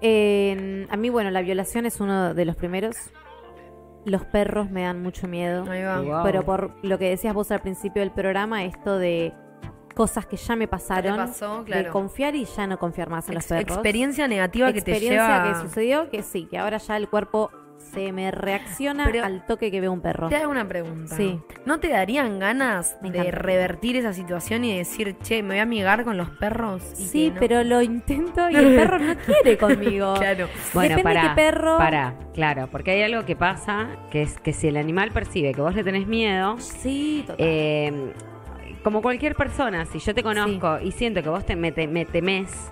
S3: Eh, a mí, bueno, la violación es uno de los primeros. Los perros me dan mucho miedo.
S4: Ahí va.
S2: Igual. Wow.
S3: Pero por lo que decías vos al principio del programa, esto de cosas que ya me pasaron,
S4: pasó,
S3: de
S4: claro.
S3: confiar y ya no confiar más en los
S4: Ex-
S3: perros.
S4: experiencia negativa que te
S3: experiencia
S4: lleva...
S3: que sucedió que sí, que ahora ya el cuerpo se me reacciona
S4: Pero-
S3: al toque que veo un perro.
S4: Te hago una pregunta.
S3: Sí.
S4: ¿No te darían ganas
S3: Me
S4: de
S3: encanta.
S4: revertir esa situación y decir, che, me voy a amigar con los perros? y
S3: Sí,
S4: que no?
S3: pero lo intento y el
S4: *laughs*
S3: perro no quiere conmigo.
S4: Claro.
S2: Bueno,
S3: Depende
S2: para,
S3: qué perro.
S2: para, claro, porque hay algo que pasa, que es que si el animal percibe que vos le tenés miedo,
S3: Sí, total.
S2: eh, como cualquier persona, si yo te conozco y siento que vos te, me, te- me temes,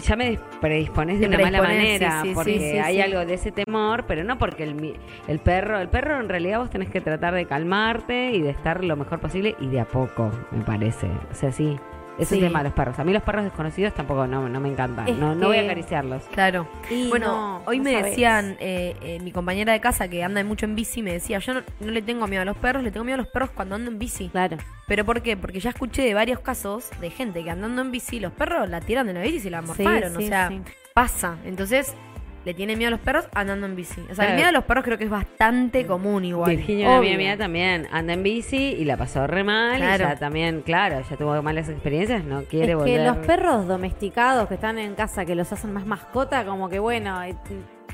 S2: ya me des- predispones de
S4: Te
S2: una mala
S4: predispones, sí,
S2: manera,
S4: sí, sí,
S2: porque
S4: sí,
S2: hay
S4: sí.
S2: algo de ese temor, pero no porque el, mi- el perro, el perro en realidad vos tenés que tratar de calmarte y de estar lo mejor posible y de a poco, me parece. O sea, sí, es
S3: Sí.
S2: un tema de los perros. A mí los perros desconocidos tampoco no, no me encantan,
S3: Es
S2: no, no voy a
S3: que-
S2: acariciarlos.
S4: Claro.
S3: Y
S4: bueno,
S3: no,
S4: hoy
S3: no
S4: me
S3: sabés.
S4: decían, eh, eh, mi compañera de casa que anda mucho en bici, me decía, yo no, no le tengo miedo a los perros, le tengo miedo a los perros cuando ando en bici.
S3: Claro.
S4: ¿Pero por qué? Porque ya escuché de varios casos de gente que andando en bici, los perros la tiran de la bici y se la
S3: Sí,
S4: mojaron.
S3: sí,
S4: o sea,
S3: sí.
S4: pasa. Entonces, le tiene miedo a los perros andando en bici. O sea,
S2: Claro.
S4: el miedo a los perros creo que es
S3: Mm.
S4: bastante común igual.
S2: Virginia, una amiga
S3: Obvio.
S2: mía también anda en bici y la pasó re mal.
S4: Claro.
S2: Y ya también, claro, ya tuvo malas experiencias, no
S3: Es
S2: quiere
S3: que
S2: volver.
S3: los perros domesticados que están en casa, que los hacen más mascota, como que bueno, eh,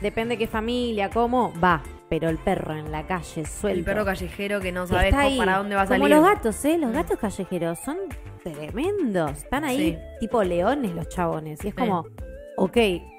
S3: depende qué familia, cómo, va. Pero el perro en la calle suelto.
S4: El perro callejero que no
S3: que
S4: sabes
S3: está ahí,
S4: para dónde va a
S3: como
S4: salir.
S3: los gatos, ¿eh? Los
S4: Mm.
S3: gatos callejeros son tremendos. Están ahí
S4: Sí.
S3: tipo leones los chabones. Y es
S4: Sí.
S3: como, ok,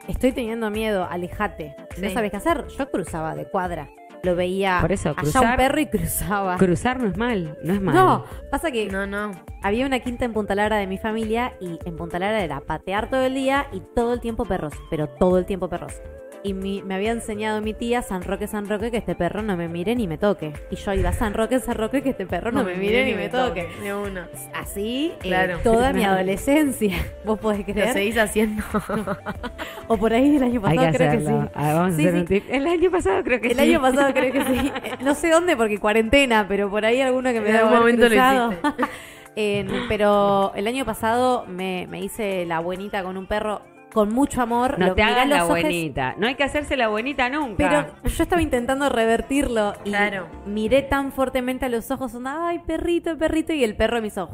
S3: estoy teniendo miedo, alejate. No
S4: Sí.
S3: sabes qué hacer. Yo cruzaba de cuadra. Lo veía
S2: Por eso,
S3: allá
S2: cruzar-
S3: un perro y cruzaba.
S2: Cruzar no es mal, no es mal.
S3: No, pasa que
S4: No, no.
S3: había una quinta en Punta Lara de mi familia y en Punta Lara era patear todo el día y todo el tiempo perros, pero todo el tiempo perros. Y mi- me había enseñado mi tía San Roque, San Roque, que este perro no me mire ni me toque. Y yo iba San Roque, San Roque, que este perro no, me mire ni me toque.
S4: De una.
S3: Así, eh,
S4: Claro.
S3: toda *laughs* mi adolescencia. Vos podés
S4: Lo
S3: creer.
S4: seguís haciendo.
S3: O por ahí el año
S2: Hay
S3: pasado
S2: que
S3: creo
S2: hacerlo.
S3: que sí.
S2: Ah, vamos
S3: Sí,
S2: a hacer
S3: sí.
S2: un tip. El año pasado creo que
S3: El
S2: sí.
S3: año pasado
S2: *laughs*
S3: creo que sí. Eh, No sé dónde porque cuarentena, pero por ahí alguno que me
S4: En
S3: da
S4: algún momento lo
S3: *laughs* pero el año pasado me, me hice la buenita con un perro con mucho amor.
S2: No
S3: lo-
S2: te
S3: mirás
S2: hagas la
S3: los ojos,
S2: buenita. No hay que hacerse la buenita nunca.
S3: Pero yo estaba intentando revertirlo y
S4: Claro.
S3: miré tan fuertemente a los ojos, onda, ay, perrito, perrito, y el perro me hizo,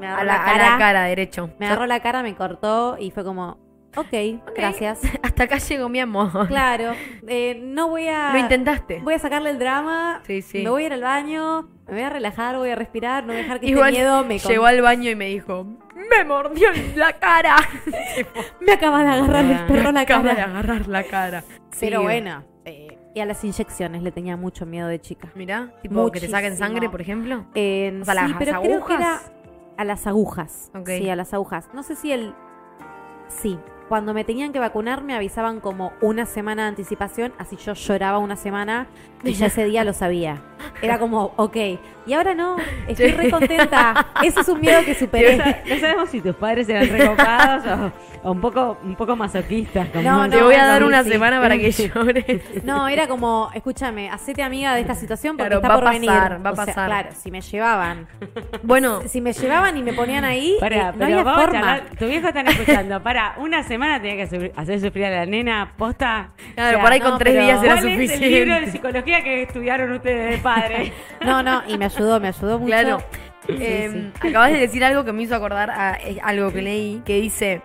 S3: me agarró
S4: A la, a la cara derecho.
S3: me agarró la cara, me cortó y fue como, ok,
S4: Ok.
S3: gracias.
S4: Hasta acá llegó mi amor.
S3: Claro, eh, no voy a...
S4: Lo intentaste.
S3: Voy a sacarle el drama,
S4: Sí, sí.
S3: me voy a ir al baño, me voy a relajar, voy a respirar, no voy a dejar que
S4: Igual
S3: este miedo me... con-
S4: llegó al baño y me dijo, me mordió en la cara. Tipo,
S3: Me acaba de agarrar el perro la
S4: Ah, acaba de
S3: cara.
S4: agarrar la cara.
S3: Pero
S4: Sí.
S3: bueno. eh, y a las inyecciones le tenía mucho miedo de chica.
S4: Mirá, tipo que te saquen
S3: Muchísimo.
S4: sangre, por ejemplo.
S3: En-
S4: O sea,
S3: sí,
S4: las
S3: pero creo que era
S4: agujas.
S3: a las agujas.
S4: Ok.
S3: Sí, a las agujas. No sé si el... Sí, cuando me tenían que vacunar me avisaban como una semana de anticipación, así yo lloraba una semana y ya ese día lo sabía. Era como, ok, y ahora no, estoy
S4: Che.
S3: re contenta. Ese es un miedo
S4: *laughs*
S3: que
S2: No
S3: superé.
S2: sa- no sabemos si tus padres eran recopados o, o un poco un poco masoquistas. como-
S3: No,
S4: te voy a
S3: no,
S4: dar
S3: sí,
S4: una
S3: sí.
S4: semana para
S3: *laughs*
S4: que llores.
S3: No, era como, escúchame, hacete amiga de esta situación porque
S4: Claro,
S3: está
S4: va a
S3: por venir.
S4: pasar, va a
S3: O sea,
S4: pasar.
S3: claro, si me llevaban,
S4: bueno,
S3: si me llevaban y me ponían ahí,
S2: *laughs* Pará,
S3: eh, no
S2: pero
S3: había
S2: vamos a
S3: forma.
S2: charlar. Tu viejo están escuchando. Para, una semana tenía que sufrir- hacer sufrir a la nena posta.
S4: claro,
S3: o sea,
S4: por ahí con
S3: no,
S4: tres
S3: pero-
S4: días era
S2: ¿Cuál es el libro de
S4: suficiente.
S2: psicología que estudiaron ustedes
S3: *laughs*
S2: de padre?
S3: No, no, y me ayudó, me ayudó mucho.
S4: Claro.
S3: Sí, *laughs*
S4: Eh, Acabas de decir algo que me hizo acordar a eh, algo que leí, que dice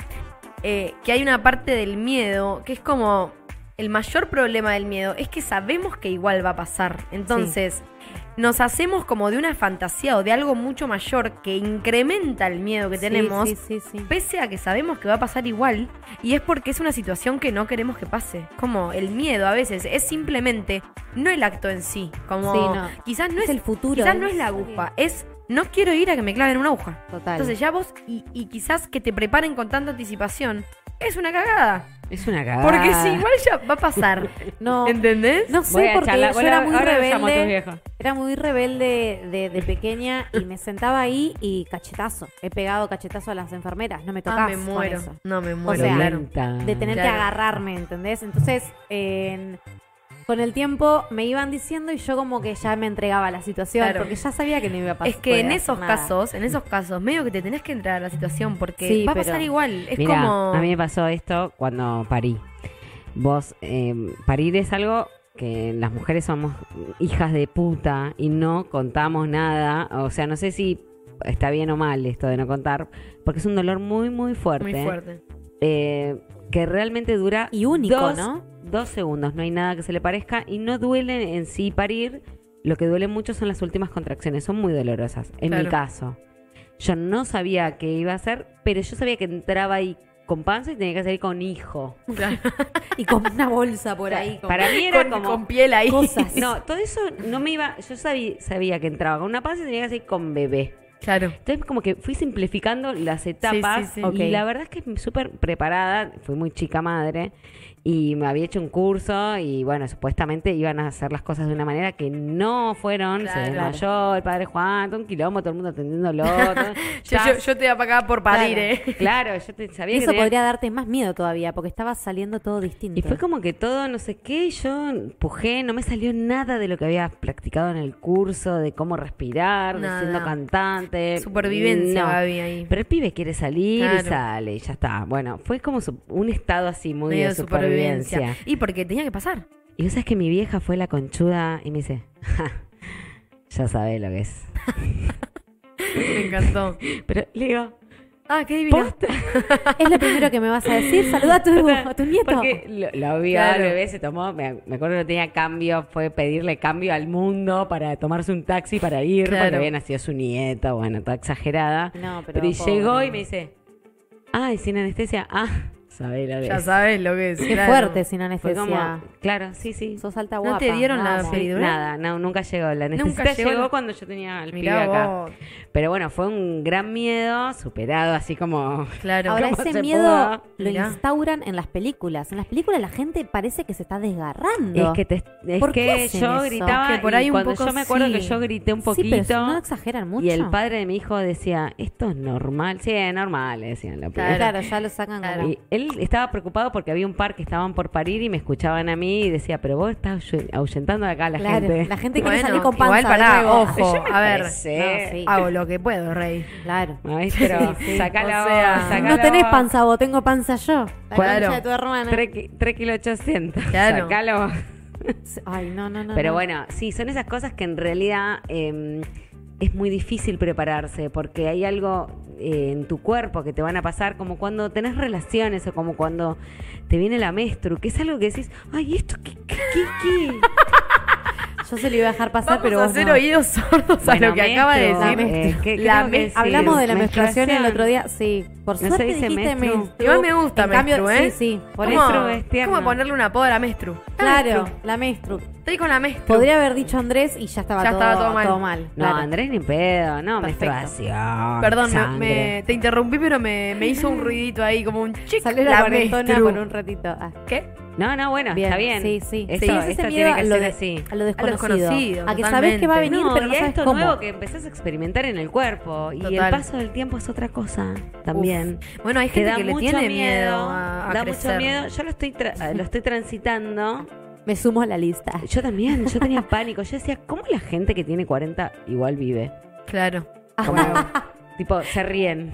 S4: eh, que hay una parte del miedo que es como el mayor problema del miedo es que sabemos que igual va a pasar. Entonces, nos hacemos como de una fantasía o de algo mucho mayor que incrementa el miedo que
S3: Sí,
S4: tenemos.
S3: Sí, sí, sí.
S4: Pese a que sabemos que va a pasar igual, y es porque es una situación que no queremos que pase. Como el miedo a veces es simplemente no el acto en sí. Como
S3: Sí, no.
S4: quizás no
S3: Es
S4: es,
S3: el futuro,
S4: Quizás
S3: es-
S4: no es la aguja, es no quiero ir a que me claven una aguja.
S3: Total.
S4: Entonces ya vos, y, y quizás que te preparen con tanta anticipación, es una cagada.
S2: Es una cagada.
S4: Porque si igual ya va a
S2: *laughs*
S4: pasar.
S3: no,
S4: ¿Entendés?
S3: no
S2: Voy
S3: sé
S2: a
S3: porque
S2: charlar,
S3: yo
S2: voy a-
S3: era muy
S2: ahora lo llamo a tus
S3: rebelde.
S2: viejos.
S3: Era muy rebelde de, de pequeña y me sentaba ahí y cachetazo. He pegado cachetazo a las enfermeras, no me tocás
S4: Ah, me
S3: con
S4: muero.
S3: eso.
S4: No, me muero,
S3: sea,
S4: claro.
S3: de tener que
S4: Claro.
S3: agarrarme, ¿entendés? Entonces, en- con el tiempo me iban diciendo y yo como que ya me entregaba a la situación
S4: Claro.
S3: porque ya sabía que no iba a pasar.
S4: Es que en esos casos, en esos casos, medio que te tenés que entrar a la situación porque
S3: Sí,
S4: va a
S3: pero-
S4: pasar igual. Es
S2: Mirá,
S4: como.
S2: a mí me pasó esto cuando parí. Vos, eh, parir es algo que las mujeres somos hijas de puta y no contamos nada. O sea, no sé si está bien o mal esto de no contar, porque es un dolor muy, muy fuerte.
S4: Muy fuerte.
S2: eh, que realmente dura
S3: Y único,
S2: dos,
S3: ¿no?
S2: dos segundos. No hay nada que se le parezca y no duele en sí parir. Lo que duele mucho son las últimas contracciones. Son muy dolorosas. En mi
S4: Claro.
S2: caso, yo no sabía qué iba a hacer, pero yo sabía que entraba ahí con panza y tenía que salir con hijo. *laughs*
S4: *laughs*
S3: Y con una bolsa por ahí. como-
S2: Para mí era
S4: con,
S2: como
S4: con piel ahí.
S3: cosas.
S2: no, todo eso no me iba. Yo sabía, sabía que entraba con una panza y tenía que salir con bebé.
S4: *laughs* Claro.
S2: Entonces como que fui simplificando las etapas
S4: sí, sí.
S2: y
S3: Ok.
S2: la verdad es que súper preparada, fui muy chica madre y me había hecho un curso y bueno, supuestamente iban a hacer las cosas de una manera que no fueron, se
S4: Claro.
S2: desmayó el padre Juan, todo un quilombo, todo el mundo
S4: *laughs*
S2: atendiéndolo. todo.
S4: Yo,
S2: Ya-
S4: yo, yo te voy a pagar por parir,
S2: claro,
S4: ¿eh?
S2: Claro, yo te- sabía que
S3: Eso
S2: tenía-
S3: podría darte más miedo todavía porque estaba saliendo todo distinto.
S2: Y fue como que todo, no sé qué, yo empujé, no me salió nada de lo que había practicado en el curso, de cómo respirar,
S4: Nada.
S2: de siendo cantante.
S4: Supervivencia,
S2: Eh, No.
S4: Gaby, ahí.
S2: Pero el pibe quiere salir y
S4: Claro.
S2: sale, y ya está. Bueno, fue como su- un estado así muy
S4: Medio
S2: de supervivencia.
S4: Y porque tenía que pasar.
S2: Y vos sabés que mi vieja fue la conchuda y me dice, "Ja, ya sabés lo que es.
S4: Me encantó.
S2: Pero le digo,
S4: Ah, qué divino.
S2: *laughs* posta.
S3: Es lo primero que me vas a decir.
S4: *laughs*
S3: Saluda a tu, a tu nieto.
S2: Porque lo, lo vio al
S4: Claro.
S2: bebé, se tomó, me, me acuerdo que no tenía cambio, fue pedirle cambio al mundo para tomarse un taxi para ir, porque
S4: Claro.
S2: había nacido su nieta, bueno, toda exagerada.
S3: No, pero
S2: pero y
S3: pobre.
S2: llegó y me dice, ay, sin anestesia, ah, sabés lo que
S4: Ya
S2: es".
S4: sabes lo que es.
S3: Qué
S4: claro.
S3: fuerte sin
S2: Fue como,
S3: anestesia.
S2: claro, sí, sí.
S3: Sos alta
S4: ¿No
S3: guapa.
S4: te dieron la
S3: vamos.
S4: peri- ¿Epidural?
S2: Nada, no, nunca llegó. La
S4: Nunca
S2: anestesia llegó,
S4: llegó.
S2: cuando yo tenía al pibe
S4: Mirá
S2: acá.
S4: vos.
S2: Pero bueno, fue un gran miedo, superado, así como...
S4: Claro.
S3: Ahora
S2: ¿Cómo se
S3: ese miedo
S2: pudo?
S3: lo
S4: Mirá.
S3: instauran en las películas. En las películas la gente parece que se está desgarrando.
S2: Es que, te- es
S3: ¿Por qué
S2: que
S3: hacen
S2: yo
S3: eso?
S2: gritaba
S4: Que por
S2: y
S4: ahí un
S2: cuando
S4: poco
S2: yo me acuerdo
S4: sí.
S2: que yo grité un
S3: Sí, pero
S2: poquito
S3: si no exageran mucho.
S2: y el padre de mi hijo decía, esto es normal. Sí, es normal, le decían la
S3: Claro,
S2: pibes.
S3: ya lo sacan
S4: Claro.
S3: como...
S2: Y él él estaba preocupado porque había un par que estaban por parir y me escuchaban a mí y decía, pero vos estás ahuy- ahuyentando acá a la
S3: Claro,
S2: gente. *laughs*
S3: la gente quiere
S4: Bueno,
S3: salir con panza.
S4: igual
S3: de
S4: para,
S3: nuevo.
S4: ojo, a ver,
S2: parece.
S3: No, sí.
S4: hago lo que puedo, Rey.
S3: Claro.
S2: Ay,
S4: *laughs*
S2: pero
S3: Sí, sí.
S2: sacala
S4: O sea,
S2: vos, sacala
S3: No tenés
S2: vos.
S3: panza vos, tengo panza yo. La
S4: Claro.
S3: concha de tu hermana.
S2: 3 kilos 800.
S4: Claro.
S2: Sacala vos.
S3: Ay, no, no, no.
S2: Pero
S3: no.
S2: bueno, sí, son esas cosas que en realidad eh, es muy difícil prepararse porque hay algo eh, en tu cuerpo que te van a pasar como cuando tenés relaciones o como cuando te viene la menstru, que es algo que decís, ay, ¿esto qué? qué, qué, qué?".
S3: Yo se lo iba a dejar pasar,
S4: Vamos
S3: pero
S4: a
S3: vos
S4: hacer
S3: no.
S4: oídos sordos a lo
S2: Bueno,
S4: que acaba de
S3: La
S2: menstru,
S4: decir.
S3: menstru.
S2: eh, ¿qué- qué
S4: La
S2: tengo que
S4: men-
S2: decir?
S3: Hablamos de la menstruación el
S2: Menstruación.
S3: otro día. Sí, por
S2: No se
S3: suerte
S2: dice
S3: dijiste
S2: menstru.
S3: menstru.
S4: Igual me gusta
S3: En cambio,
S4: menstru, ¿eh?
S3: Sí, sí. Por
S2: ¿Cómo?
S3: eso.
S2: Menstru es
S4: Es
S2: tierno.
S4: como ponerle una apoda a la Mestru. La
S3: Claro,
S4: Mestru.
S3: la menstru.
S4: Estoy con la Mestru.
S3: Podría haber dicho Andrés y ya estaba,
S4: Ya
S3: todo,
S4: estaba todo mal.
S2: No,
S3: claro.
S2: Andrés ni pedo, no,
S3: Perfecto.
S2: menstruación.
S4: Perdón, me-
S2: sangre.
S4: me- te interrumpí, pero me, me hizo un ruidito ahí, como un chic.
S3: Salió la, cuarentona por un ratito. Ah.
S4: ¿Qué?
S2: No, no, bueno, Ah, está bien.
S3: Sí, sí.
S2: Esto,
S3: Sí, es ese
S2: esto
S3: miedo
S2: tiene que
S3: a lo
S2: ser
S3: de-
S2: así.
S3: A lo desconocido.
S4: desconocido,
S3: a que sabés que va a
S4: totalmente.
S3: venir,
S2: No,
S3: pero
S2: y
S3: no
S2: a
S3: sabes
S2: esto
S3: cómo.
S2: nuevo que empezás a experimentar en el cuerpo. Y el
S4: Total.
S2: paso del tiempo es otra cosa también.
S4: Bueno, hay
S2: Te
S4: gente
S2: da
S4: que le
S2: mucho
S4: tiene miedo
S2: miedo.
S4: a, a
S2: da
S4: crecer.
S2: mucho miedo. Yo lo estoy, tra- ah, lo estoy transitando.
S3: Me sumo a la lista.
S2: Yo también, yo tenía pánico. Yo decía, ¿cómo la gente que tiene 40 igual vive?
S4: Claro.
S2: Como, *laughs* tipo, se ríen.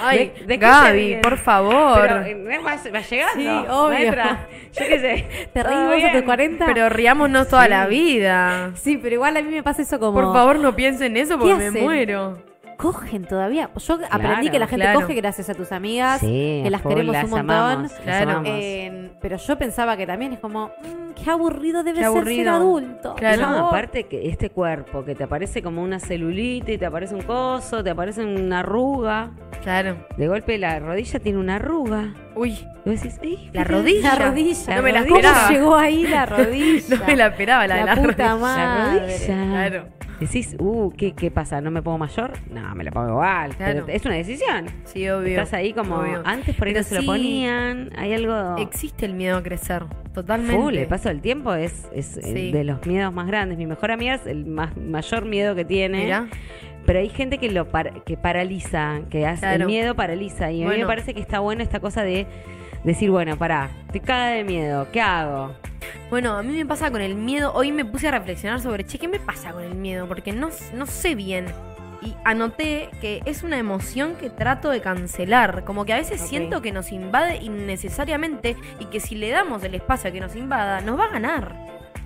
S4: Ay,
S2: ¿De- de qué se
S4: Gaby,
S2: ríen?
S4: por favor.
S2: Pero
S4: Pero,
S2: eh, va, va llegando.
S3: Sí, obvio.
S2: maestra. Yo qué sé.
S3: ¿Te reís
S2: todo
S3: vos a tus
S2: bien.
S3: 40?
S4: riámonos toda la vida.
S3: Sí, pero igual a mí me pasa eso como.
S4: Por favor, no piensen eso porque
S3: ¿Qué
S4: me
S3: hacen?
S4: muero.
S3: Cogen todavía. Yo aprendí
S2: Claro,
S3: que la gente
S4: claro.
S3: coge gracias a tus amigas,
S2: Sí,
S3: que las
S2: full,
S3: queremos un montón.
S2: amamos, las
S4: Claro.
S2: amamos.
S3: Eh, pero yo pensaba que también es como, mm, qué aburrido debe
S4: Qué
S3: ser ser
S4: aburrido.
S3: adulto.
S4: Claro.
S3: Por
S2: No,
S3: favor.
S2: aparte que este cuerpo que te aparece como una celulita y te aparece un coso, te aparece una arruga.
S4: Claro.
S2: De golpe la rodilla tiene una arruga.
S4: Uy,
S2: Y vos decís, "Ey,
S4: *laughs* la
S2: mira".
S4: rodilla.
S3: La rodilla.
S4: No me la
S3: ¿Cómo
S4: esperaba.
S3: llegó ahí la rodilla?
S4: *laughs* No me la esperaba, la, de la
S3: puta
S4: rodilla.
S3: madre.
S2: rodilla.
S4: Ah, Claro.
S2: Decís, uh, ¿qué, ¿qué pasa? ¿No me pongo mayor? No, me la pongo igual.
S4: Claro.
S2: Pero es una decisión.
S4: Sí, obvio.
S2: Estás ahí como,
S4: Obvio.
S2: antes por ahí
S4: Pero
S2: no se lo
S4: sí,
S2: ponían. Hay algo...
S4: Existe el miedo a crecer. Totalmente.
S2: Full, el paso del tiempo es, es eh,
S4: Sí.
S2: de los miedos más grandes. Mi mejor amiga es el más, mayor miedo que tiene.
S4: Mirá.
S2: Pero hay gente que lo par- que paraliza, que hace el
S4: Claro.
S2: miedo paraliza. Y a mí me
S4: Bueno.
S2: parece que está bueno esta cosa de decir, bueno, pará, te caga de miedo, ¿qué hago?
S4: Bueno, a mí me pasa con el miedo. Hoy me puse a reflexionar sobre, che, ¿qué me pasa con el miedo? Porque no, no sé bien. Y anoté que es una emoción que trato de cancelar. Como que a veces
S2: Ok.
S4: siento que nos invade innecesariamente y que si le damos el espacio a que nos invada, nos va a ganar.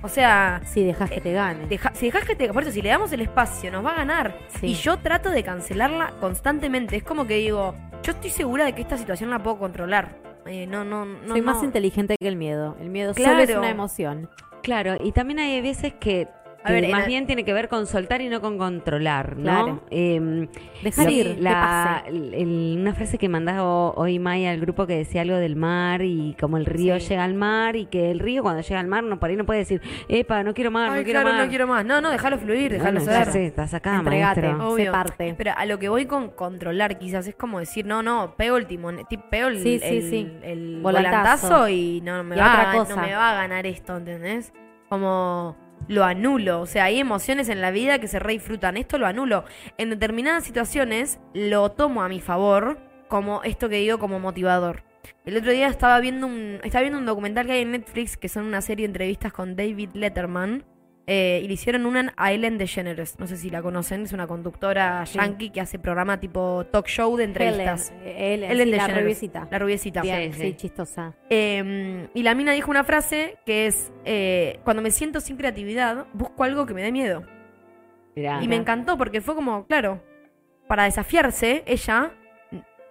S4: O sea,
S3: Sí, dejás que te gane.
S4: deja- si dejas que te. Por eso, si le damos el espacio, nos va a ganar.
S3: Sí.
S4: Y yo trato de cancelarla constantemente. Es como que digo, yo estoy segura de que esta situación la puedo controlar. Eh, no, no, no.
S3: Soy
S4: no.
S3: más inteligente que el miedo. El miedo solo
S4: Claro.
S3: es una emoción.
S2: Claro, y también hay veces que
S4: A
S2: que
S4: ver, en
S2: más
S4: la-
S2: bien tiene que ver con soltar y no con controlar, ¿no?
S3: Claro.
S2: Em,
S3: Dejar
S2: Lo-
S3: ir,
S2: la-
S3: que
S2: el- el- una frase que mandaba hoy Maya al grupo que decía algo del mar y como el río
S4: Sí.
S2: llega al mar y que el río cuando llega al mar no por ahí no puede decir, epa, no quiero
S4: Ay,
S2: mar, Ah, no quiero
S4: claro,
S2: mar.
S4: no quiero más. No, no, déjalo fluir, déjalo
S2: Bueno, ya
S4: ser.
S2: sé, estás acá,
S3: Entregate.
S2: maestro.
S3: se parte.
S4: Pero a lo que voy con controlar, quizás es como decir, no, no, pego el timón, ti- pego el,
S3: Sí, sí,
S4: el-
S3: sí.
S4: el
S3: Volantazo.
S4: volantazo. y no me,
S3: Y
S4: va,
S3: otra
S4: a-
S3: cosa.
S4: no me va a ganar esto, ¿entendés? Como lo anulo. O sea, hay emociones en la vida que se re disfrutan. Esto lo anulo. En determinadas situaciones lo tomo a mi favor, como esto que digo como motivador. El otro día estaba viendo un, estaba viendo un documental que hay en Netflix, que son una serie de entrevistas con David Letterman. Eh, y le hicieron una a Ellen DeGeneres. No sé si la conocen, es una conductora
S3: Sí.
S4: yankee que hace programa tipo talk show de entrevistas.
S3: Helen, Helen,
S4: Ellen
S3: sí, la
S4: DeGeneres.
S3: revisita.
S4: La rubiecita.
S3: Bien,
S2: Sí,
S3: sí,
S2: sí.
S3: chistosa.
S4: Eh, y la mina dijo una frase que es: eh, Cuando me siento sin creatividad, busco algo que me dé miedo.
S2: Mirá.
S4: Y me encantó porque fue como, claro, para desafiarse, ella,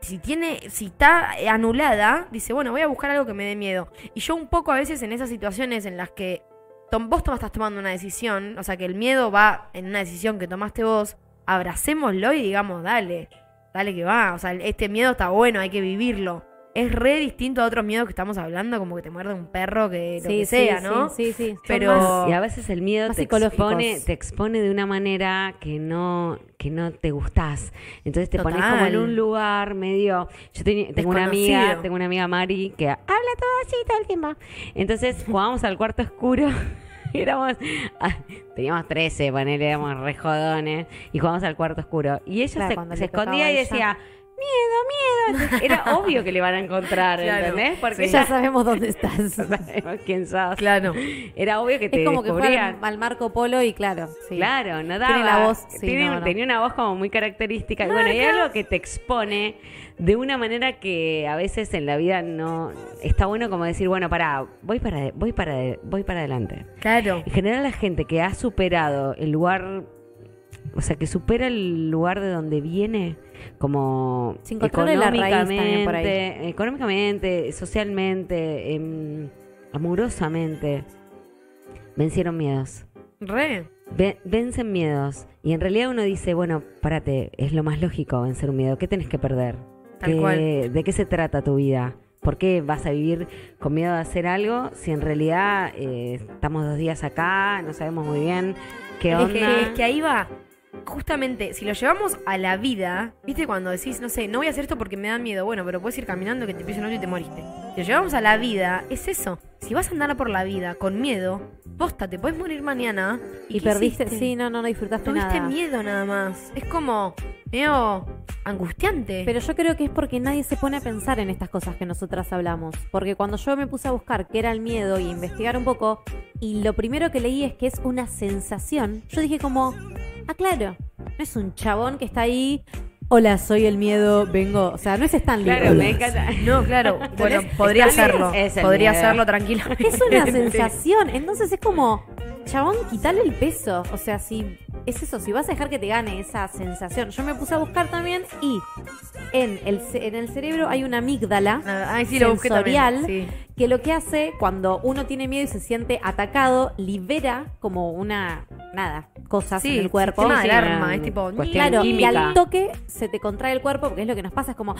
S4: si tiene, si está eh, anulada, dice, bueno, voy a buscar algo que me dé miedo. Y yo un poco a veces en esas situaciones en las que tom- vos tom- estás tomando una decisión, o sea que el miedo va en una decisión que tomaste vos, abracémoslo y digamos, dale, dale que va. O sea, este miedo está bueno, hay que vivirlo. Es re distinto a otros miedos que estamos hablando, como que te muerde un perro, que lo que sea,
S3: sí,
S4: ¿no?
S3: Sí, sí, sí. Son
S4: Pero-
S3: *laughs* más-
S2: Y a veces el miedo
S3: Más
S2: te
S3: psicológicos.
S2: expone, te expone de una manera que no, que no te gustás. Entonces te pones
S4: Total.
S2: como en un lugar medio. Yo teni- tengo una
S4: Desconocido.
S2: amiga, tengo una amiga Mari que habla todo así todo el tiempo. Entonces jugábamos al cuarto oscuro. *laughs* y Éramos, ah, teníamos 13, ponele, éramos re jodones, y jugábamos al cuarto oscuro. Y ella
S3: Claro,
S2: se-
S3: cuando
S2: se,
S3: le tocaba
S2: escondía y
S3: a ella.
S2: decía, miedo, miedo. Era obvio que le van a
S3: *laughs*
S2: encontrar,
S4: Claro.
S2: ¿entendés? Porque
S3: Ya sabemos
S4: *laughs*
S3: dónde estás.
S2: *laughs* sabemos quién sos.
S4: Claro.
S2: Era obvio que te
S3: es como que fue
S2: descubrían.
S3: al, al Marco Polo y claro. sí.
S2: Claro, no daba.
S3: Tiene la voz, sí,
S2: Tiene-
S3: no, no.
S2: Tenía una voz como muy característica. Y bueno, y hay algo que te expone de una manera que a veces en la vida no... Está bueno como decir, bueno, pará, voy para, voy para, voy para adelante.
S4: Claro.
S2: En general la gente que ha superado el lugar, o sea, que supera el lugar de donde viene, como
S3: Sin encontrarle la raíz también por ahí.
S2: económicamente, económicamente, socialmente, em, amorosamente, vencieron miedos.
S4: Re.
S2: Ve- vencen miedos. Y en realidad uno dice, bueno, párate, es lo más lógico vencer un miedo. ¿Qué tenés que perder?
S4: Tal
S2: ¿Qué-
S4: cual.
S2: ¿De qué se trata tu vida? ¿Por qué vas a vivir con miedo de hacer algo si en realidad eh, estamos dos días acá, no sabemos muy bien qué
S4: Es
S2: onda?
S4: que, es que ahí va. Justamente, si lo llevamos a la vida, ¿viste? Cuando decís, no sé, no voy a hacer esto porque me da miedo. Bueno, pero puedes ir caminando que te pise un hoyo y te moriste. Si lo llevamos a la vida, es eso. Si vas a andar por la vida con miedo, posta, te puedes morir mañana.
S3: Y,
S4: qué
S3: perdiste,
S4: hiciste?
S3: sí, no, no, no disfrutaste
S4: Tuviste
S3: nada.
S4: miedo nada más. Es como medio angustiante.
S3: Pero yo creo que es porque nadie se pone a pensar en estas cosas que nosotras hablamos. Porque cuando yo me puse a buscar qué era el miedo y investigar un poco, y lo primero que leí es que es una sensación, yo dije como, ah, claro, no es un chabón que está ahí, hola, soy el miedo, vengo. O sea, no es Stanley.
S2: Claro, me encanta.
S4: No,
S3: *laughs*
S4: claro. bueno, podría
S2: Está bien,
S4: hacerlo.
S2: es el
S4: podría
S2: miedo.
S4: hacerlo tranquilamente.
S3: Es
S2: *laughs*
S3: una sensación. Entonces es como, chabón, quitale el peso. O sea, si es eso, si vas a dejar que te gane esa sensación. Yo me puse a buscar también y en el, ce- en el cerebro hay una amígdala
S4: *laughs* Ay, sí, lo busqué también.
S3: Sensorial.
S4: Sí.
S3: que lo que hace cuando uno tiene miedo y se siente atacado, libera como una, nada, cosas
S4: Sí,
S3: en el cuerpo.
S4: sistema de
S2: Sí,
S4: alarma,
S2: una
S4: es tipo,
S2: cuestión
S3: Claro, y
S2: química.
S3: al toque se te contrae el cuerpo, porque es lo que nos pasa, es como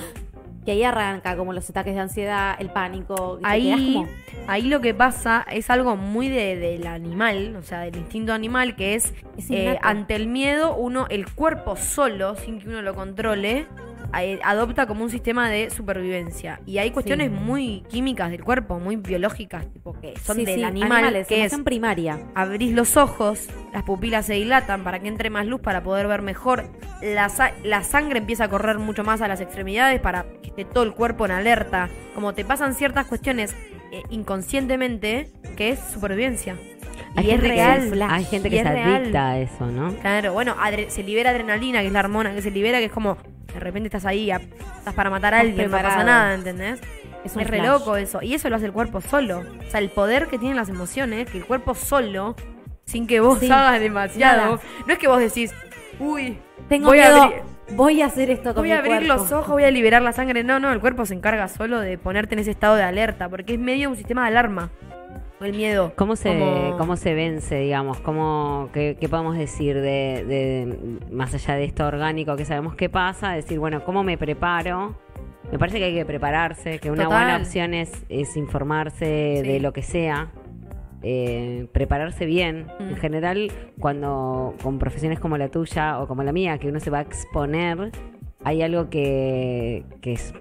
S3: que ahí arranca como los ataques de ansiedad, el pánico, y te quedás
S4: Ahí,
S3: como-
S4: ahí lo que pasa es algo muy de- del animal, o sea, del instinto animal, que es,
S3: Es
S4: eh,
S3: innato.
S4: ante el miedo, uno, el cuerpo solo, sin que uno lo controle, eh, adopta como un sistema de supervivencia. Y hay cuestiones muy químicas del cuerpo, muy biológicas, tipo que son
S3: Sí,
S4: del
S3: sí,
S4: animal,
S3: animales,
S4: que es
S3: emoción primaria.
S4: abrís los ojos, las pupilas se dilatan para que entre más luz para poder ver mejor, la, sa- la sangre empieza a correr mucho más a las extremidades para que esté todo el cuerpo en alerta. Como te pasan ciertas cuestiones eh, inconscientemente, que es supervivencia.
S2: Hay
S4: y es
S2: gente que-
S4: real.
S2: hay gente
S4: y
S2: que
S4: es
S2: se
S4: real.
S2: adicta a eso, ¿no?
S4: Claro, bueno, adre- se libera adrenalina, que es la hormona que se libera, que es como, de repente estás ahí, a- estás para matar a
S3: Estás
S4: alguien, no pasa
S3: preparado.
S4: nada, ¿entendés?
S3: Es
S4: Es,
S3: un
S4: re
S3: flash.
S4: loco eso. Y eso lo hace el cuerpo solo. O sea, el poder que tienen las emociones, que el cuerpo solo, sin que vos
S3: Sí.
S4: hagas demasiado.
S3: Nada.
S4: No es que vos decís, uy,
S3: Tengo
S4: Voy a
S3: miedo.
S4: abrir-
S3: voy a hacer esto con
S4: voy a
S3: mi
S4: abrir
S3: cuerpo.
S4: los ojos, voy a liberar la sangre. No, no, el cuerpo se encarga solo de ponerte en ese estado de alerta, porque es medio un sistema de alarma. El miedo.
S2: ¿Cómo se,
S4: Como-
S2: ¿Cómo se vence, digamos? ¿Cómo, qué, qué podemos decir de, de- más allá de esto orgánico que sabemos qué pasa? Decir, bueno, ¿cómo me preparo? Me parece que hay que prepararse, que una
S4: Total.
S2: buena opción es, es informarse
S4: Sí.
S2: de lo que sea, eh, prepararse bien.
S4: Mm.
S2: En general, cuando con profesiones como la tuya o como la mía, que uno se va a exponer, hay algo que, que es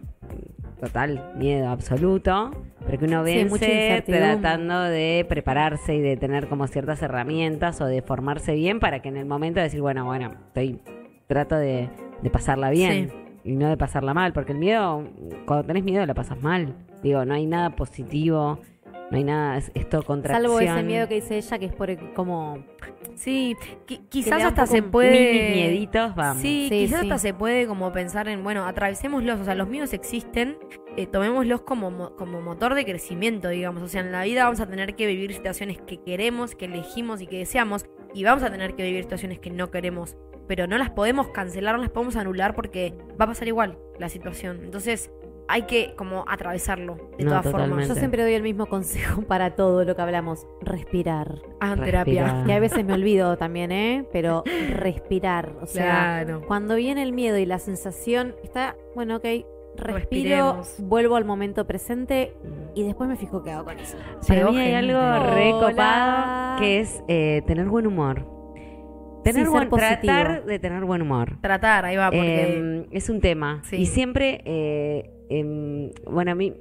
S2: total miedo absoluto, pero que uno
S3: Sí, mucha
S2: vence
S3: incertidumbre.
S2: tratando de prepararse y de tener como ciertas herramientas o de formarse bien para que en el momento decir, bueno, bueno, estoy trato de, de pasarla bien y no de pasarla mal, porque el miedo, cuando tenés miedo la pasas mal. Digo, no hay nada positivo, no hay nada, es, es todo contracción.
S3: Salvo ese miedo que dice ella, que es por como.
S4: Sí, qui-
S3: le
S4: quizás
S3: da un
S4: hasta
S3: poco
S4: se
S3: un
S4: puede.
S2: Mini mieditos, vamos.
S4: Sí,
S3: Sí,
S4: quizás
S3: sí.
S4: hasta se puede como pensar en, bueno, atravesémoslos, o sea, los míos existen, eh, tomémoslos como, mo- como motor de crecimiento, digamos, o sea, en la vida vamos a tener que vivir situaciones que queremos, que elegimos y que deseamos, y vamos a tener que vivir situaciones que no queremos, pero no las podemos cancelar, no las podemos anular porque va a pasar igual la situación, entonces hay que como atravesarlo de
S2: No,
S4: todas formas.
S2: totalmente.
S3: Yo siempre doy el mismo *laughs* consejo para todo lo que hablamos: respirar.
S4: Hagan
S2: Respira.
S4: Ah, terapia.
S3: *laughs* Que a veces me olvido también, ¿eh? Pero respirar. O sea,
S4: Claro.
S3: cuando viene el miedo y la sensación, está, bueno, ok, respiro,
S4: Respiremos.
S3: vuelvo al momento presente y después me fijo qué hago con eso.
S2: Para
S4: Llegó
S2: mí hay
S4: gente.
S2: algo
S3: Hola.
S2: recopado que es eh, tener buen humor. Tener
S3: Sí,
S2: buen,
S3: ser positivo.
S2: tratar de tener buen humor.
S4: Tratar, ahí va, porque...
S2: Em, es un tema.
S4: Sí.
S2: Y siempre, eh, em, bueno, a mí,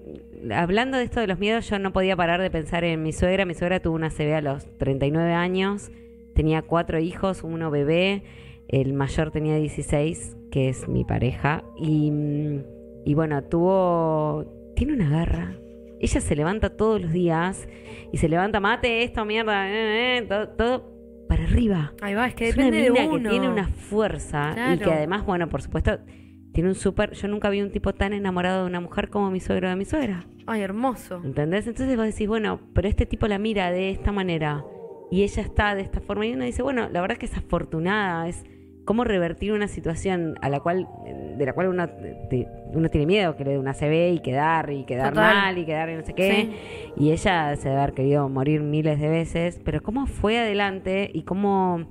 S2: hablando de esto de los miedos, yo no podía parar de pensar en mi suegra. Mi suegra tuvo una CV a los 39 años, tenía cuatro hijos, uno bebé, el mayor tenía 16, que es mi pareja, y, mm, y bueno, tuvo, tiene una garra. Ella se levanta todos los días y se levanta mate, esto, mierda, eh, eh, todo, todo para arriba.
S4: Ahí va, es que
S2: Es una
S4: depende
S2: mina
S4: de uno.
S2: que tiene una fuerza y
S4: Claro.
S2: que además, bueno, por supuesto, tiene un súper... Yo nunca vi un tipo tan enamorado de una mujer como mi suegro de mi suegra.
S4: Ay, hermoso.
S2: ¿Entendés? Entonces vos decís, bueno, pero este tipo la mira de esta manera y ella está de esta forma y uno dice, bueno, la verdad es que es afortunada, es cómo revertir una situación a la cual, de la cual uno, te- uno tiene miedo, que le dé una CB y quedar y quedar
S4: Total.
S2: mal y quedar y no sé qué. Y ella se debe haber querido morir miles de veces, pero cómo fue adelante y cómo,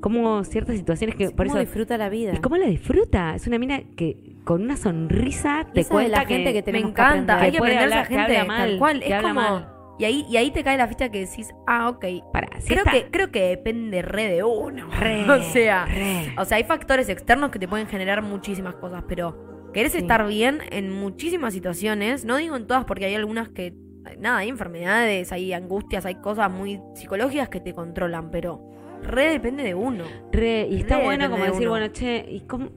S2: cómo ciertas situaciones que... Por
S3: ¿Cómo
S2: eso,
S3: disfruta la vida?
S2: ¿Y cómo la disfruta? Es una mina que con una sonrisa
S3: Y
S2: te
S3: esa de
S2: cuenta
S3: la gente que,
S4: Me
S3: tenemos que
S4: encanta,
S3: aprender.
S4: hay que
S2: puede
S4: aprender a esa
S2: hablar, que
S4: gente.
S2: habla mal,
S4: tal cual,
S2: que
S4: es
S2: habla
S4: como.
S2: mal.
S4: Y ahí, y ahí te cae la ficha que decís, ah, ok.
S2: Pará, si
S4: creo,
S2: esta-
S4: que, creo que depende re de uno. *laughs*
S2: *laughs* Re,
S4: o sea.
S2: re.
S4: O sea, hay factores externos que te pueden generar muchísimas cosas, pero querés
S3: Sí.
S4: estar bien en muchísimas situaciones, no digo en todas porque hay algunas que, eh, nada, hay enfermedades, hay angustias, hay cosas muy psicológicas que te controlan, pero re depende de uno.
S2: Re, y está
S4: Re
S2: bueno
S4: depende
S2: como
S4: de
S2: decir,
S4: uno.
S2: bueno, che, y cómo.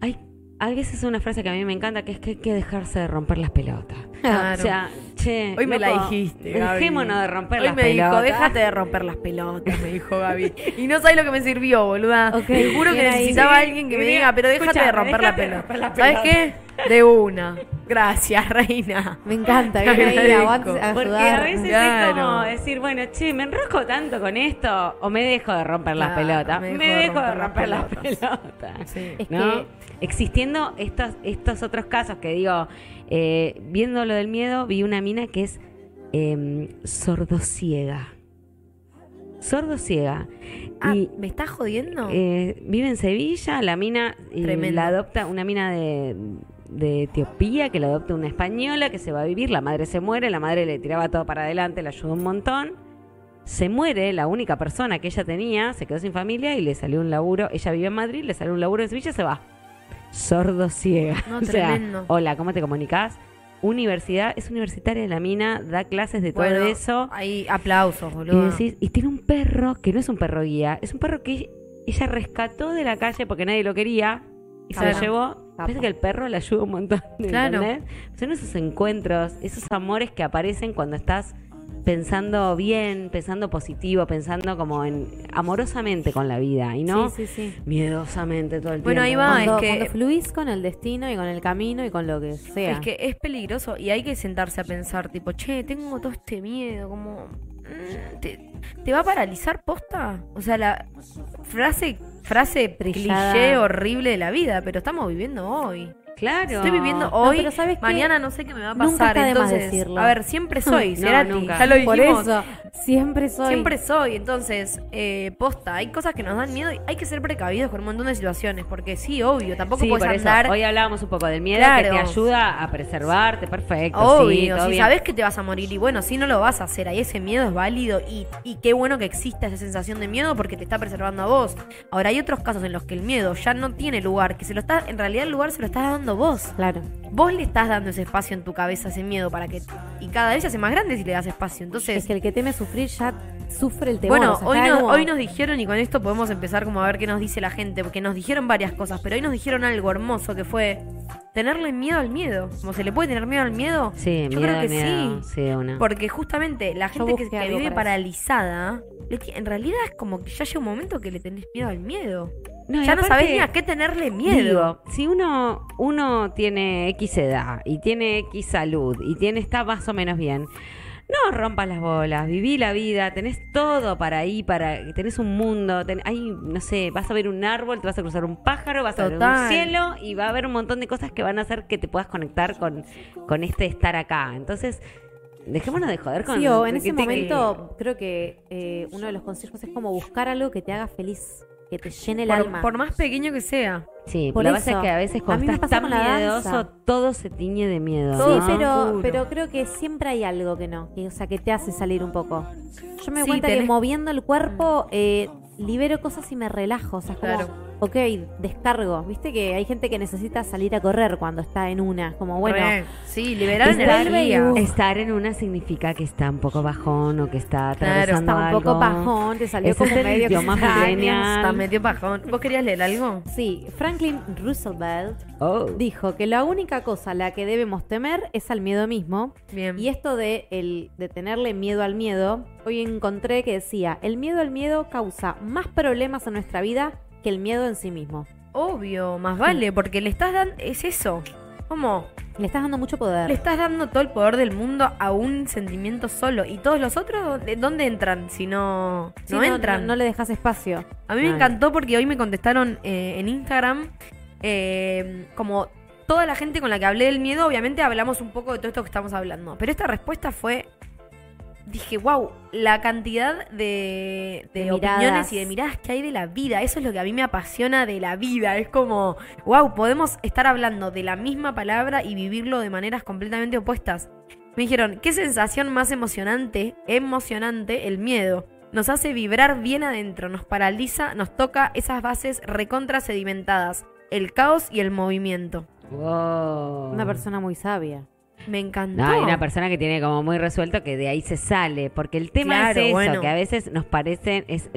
S2: Hay, hay veces una frase que a mí me encanta que es que hay que dejarse de romper
S4: *laughs*
S2: las pelotas.
S4: Claro.
S2: O sea, che.
S4: Hoy me la
S2: loco,
S4: dijiste, Gaby.
S2: Dejémonos de romper
S4: Hoy
S2: las
S4: me
S2: pelotas.
S4: dijo, déjate de romper las pelotas, me dijo Gaby.
S2: *laughs*
S4: Y no sabes lo que me sirvió, boluda.
S3: Ok,
S4: Te juro que
S3: bien ahí.
S4: necesitaba a alguien que me
S2: Sí,
S4: diga, pero déjate
S2: escuchame,
S4: de romper la
S2: déjate de romper
S4: pelota.
S2: las
S4: ¿Sabes qué? De una. Gracias, reina. *laughs*
S3: Me encanta,
S4: Te
S3: bien ahí,
S4: agradezco.
S3: aguante a
S2: Porque
S3: ayudar.
S2: a veces es
S4: Claro.
S2: como decir, bueno, che, me enrosco tanto con esto o me dejo de romper las
S4: Claro,
S2: pelotas.
S4: me
S2: Me
S4: dejo
S2: dejo,
S4: de
S2: de
S4: romper las
S2: romper las pelotas.
S4: Sí.
S3: Es
S2: ¿no?
S3: que-
S2: Existiendo estos, estos otros casos que digo, eh, viendo lo del miedo, vi una mina que es eh, sordosiega. Sordosiega.
S4: Ah,
S2: y
S4: ¿me estás jodiendo?
S2: eh, vive en Sevilla, la mina eh,
S4: Tremendo.
S2: la adopta una mina de, de Etiopía, que la adopta una española, que se va a vivir, la madre se muere, la madre le tiraba todo para adelante, la ayudó un montón. Se muere la única persona que ella tenía, se quedó sin familia y le salió un laburo. Ella vive en Madrid, le salió un laburo en Sevilla, se va. Sordo ciega.
S4: No,
S2: *laughs* O sea,
S4: tremendo.
S2: hola, ¿cómo te comunicas? Universidad, es universitaria de la mina, da clases de todo
S4: Bueno,
S2: eso.
S4: Ahí, aplausos, boludo.
S2: Y, decís- y tiene un perro que no es un perro guía, es un perro que ella rescató de la calle porque nadie lo quería y se
S4: Claro.
S2: lo llevó. Parece que el perro le ayuda un montón. *laughs*
S4: Claro.
S2: ¿entendés? Son esos encuentros, esos amores que aparecen cuando estás pensando bien, pensando positivo, pensando como en amorosamente con la vida y no
S3: Sí, sí, sí.
S2: miedosamente todo el
S4: Bueno, ahí
S2: tiempo.
S4: va,
S3: cuando,
S4: es que-
S3: cuando fluís con el destino y con el camino y con lo que sea.
S4: Es que es peligroso y hay que sentarse a pensar, tipo, che, tengo todo este miedo, como... mm, ¿Te, te va a paralizar posta? O sea, la frase, frase
S3: Trillada.
S4: cliché horrible de la vida, pero estamos viviendo hoy.
S2: Claro.
S4: Estoy viviendo oh,
S3: No,
S4: hoy,
S3: pero ¿sabes qué?
S4: mañana no sé qué me va a
S3: Nunca
S4: pasar,
S3: está de más
S4: entonces...
S3: decirlo.
S4: A ver,
S3: *laughs*
S4: siempre soy,
S2: No,
S4: Cerati,
S2: nunca.
S4: ya lo dijimos.
S3: Por eso, siempre soy.
S4: Siempre soy, entonces, eh, posta, hay cosas que nos dan miedo y hay que ser precavidos con un montón de situaciones, porque sí, obvio, tampoco
S2: Sí,
S4: puedes
S2: por eso.
S4: andar
S2: Hoy hablábamos un poco del miedo que te
S4: Claro.
S2: ayuda a preservarte, perfecto. sí,
S4: Obvio,
S2: todo
S4: si
S2: bien.
S4: sabes que te vas a morir y bueno, si no lo vas a hacer, ahí ese miedo es válido y, y qué bueno que exista esa sensación de miedo porque te está preservando a vos. Ahora hay otros casos en los que el miedo ya no tiene lugar, que se lo está, en realidad el lugar se lo estás dando vos.
S3: Claro.
S4: Vos le estás dando ese espacio en tu cabeza, ese miedo para que y cada vez se hace más grande si le das espacio. Entonces,
S3: Es que el que teme sufrir ya sufre el temor.
S4: bueno,
S3: o sea,
S4: hoy,
S3: está
S4: nos,
S3: como-
S4: hoy nos dijeron, y con esto podemos empezar como a ver qué nos dice la gente, porque nos dijeron varias cosas, pero hoy nos dijeron algo hermoso que fue tenerle miedo al miedo. Como se le puede tener miedo al miedo.
S2: Sí,
S4: Yo
S2: miedo,
S4: creo que
S2: miedo,
S4: sí.
S2: sí, de una.
S4: Porque justamente la gente que,
S3: busqué
S4: que
S3: algo
S4: vive
S3: para eso.
S4: paralizada, le ti- en realidad es como que ya llega un momento que le tenés miedo al miedo.
S2: No, y
S4: ya no
S2: aparte-
S4: sabés ni a qué tenerle miedo.
S2: Digo, si uno, uno tiene X edad y tiene X salud y tiene está más o menos bien, no rompas las bolas, viví la vida, tenés todo para ahí, para, tenés un mundo, ten- hay, no sé, vas a ver un árbol, te vas a cruzar un pájaro, vas a
S4: Total.
S2: ver un cielo y va a haber un montón de cosas que van a hacer que te puedas conectar con, con este estar acá. Entonces, dejémonos de joder con
S3: Sí, o en
S2: que
S3: ese
S2: te-
S3: momento creo que eh, uno de los consejos es como buscar algo que te haga feliz, que te llene el
S4: por,
S3: alma.
S4: por más pequeño que sea.
S2: Sí,
S3: Por
S2: la base
S3: eso.
S2: es que a veces
S3: A mí
S2: cuando
S3: me
S2: estás
S3: pasa con
S2: tan
S3: la danza.
S2: miedoso, todo se tiñe de miedo.
S3: Sí,
S2: ¿no?
S3: pero,
S4: seguro.
S3: pero creo que siempre hay algo que no, que, o sea, que te hace salir un poco. Yo me doy
S4: Sí,
S3: cuenta que
S4: tenés-
S3: moviendo el cuerpo eh, libero cosas y me relajo, o sea, es como,
S4: Claro.
S3: ok, ok, descargo. Viste que hay gente que necesita salir a correr cuando está en una. Como, bueno,
S4: Re. sí, liberar
S3: Y vuelve y
S4: energía.
S3: busca.
S2: Estar en una significa que está un poco bajón o que está
S4: Claro,
S2: atravesando
S3: está un poco
S2: algo.
S3: bajón, te salió
S2: Ese
S3: como
S2: es el
S3: medio
S2: idioma
S3: extraño.
S2: millennial.
S4: Está medio bajón. ¿Vos querías leer algo?
S3: Sí, Franklin Roosevelt
S2: Oh.
S3: dijo que la única cosa a la que debemos temer es al miedo mismo.
S4: Bien.
S3: Y esto de, el, de tenerle miedo al miedo, hoy encontré que decía, el miedo al miedo causa más problemas en nuestra vida que el miedo en sí mismo.
S4: Obvio, más vale, porque le estás dando. Es eso. ¿Cómo?
S3: Le estás dando mucho
S4: Le
S3: poder.
S4: estás dando todo el poder del mundo a un sentimiento solo. ¿Y todos los otros? ¿De dónde entran? Si no.
S3: Sí,
S4: no, entran.
S3: No, le Ah. dejas espacio.
S4: A mí me
S2: Claro.
S4: encantó porque hoy me contestaron eh, en Instagram eh, como toda la gente con la que hablé del miedo, obviamente hablamos un poco de todo esto que estamos hablando, pero esta respuesta fue, dije, wow, la cantidad de, de
S3: De
S4: opiniones
S3: miradas.
S4: y de miradas que hay de la vida, eso es lo que a mí me apasiona de la vida, es como, wow, podemos estar hablando de la misma palabra y vivirlo de maneras completamente opuestas. Me dijeron, qué sensación más emocionante, emocionante el miedo. Nos hace vibrar bien adentro, nos paraliza, nos toca esas bases recontra sedimentadas, el caos y el movimiento.
S2: Wow.
S3: Una persona muy sabia.
S4: Me encantó.
S2: No, hay una persona que tiene como muy resuelto que de ahí se sale, porque el tema
S4: Claro,
S2: es eso,
S4: bueno.
S2: que a veces nos parecen, es,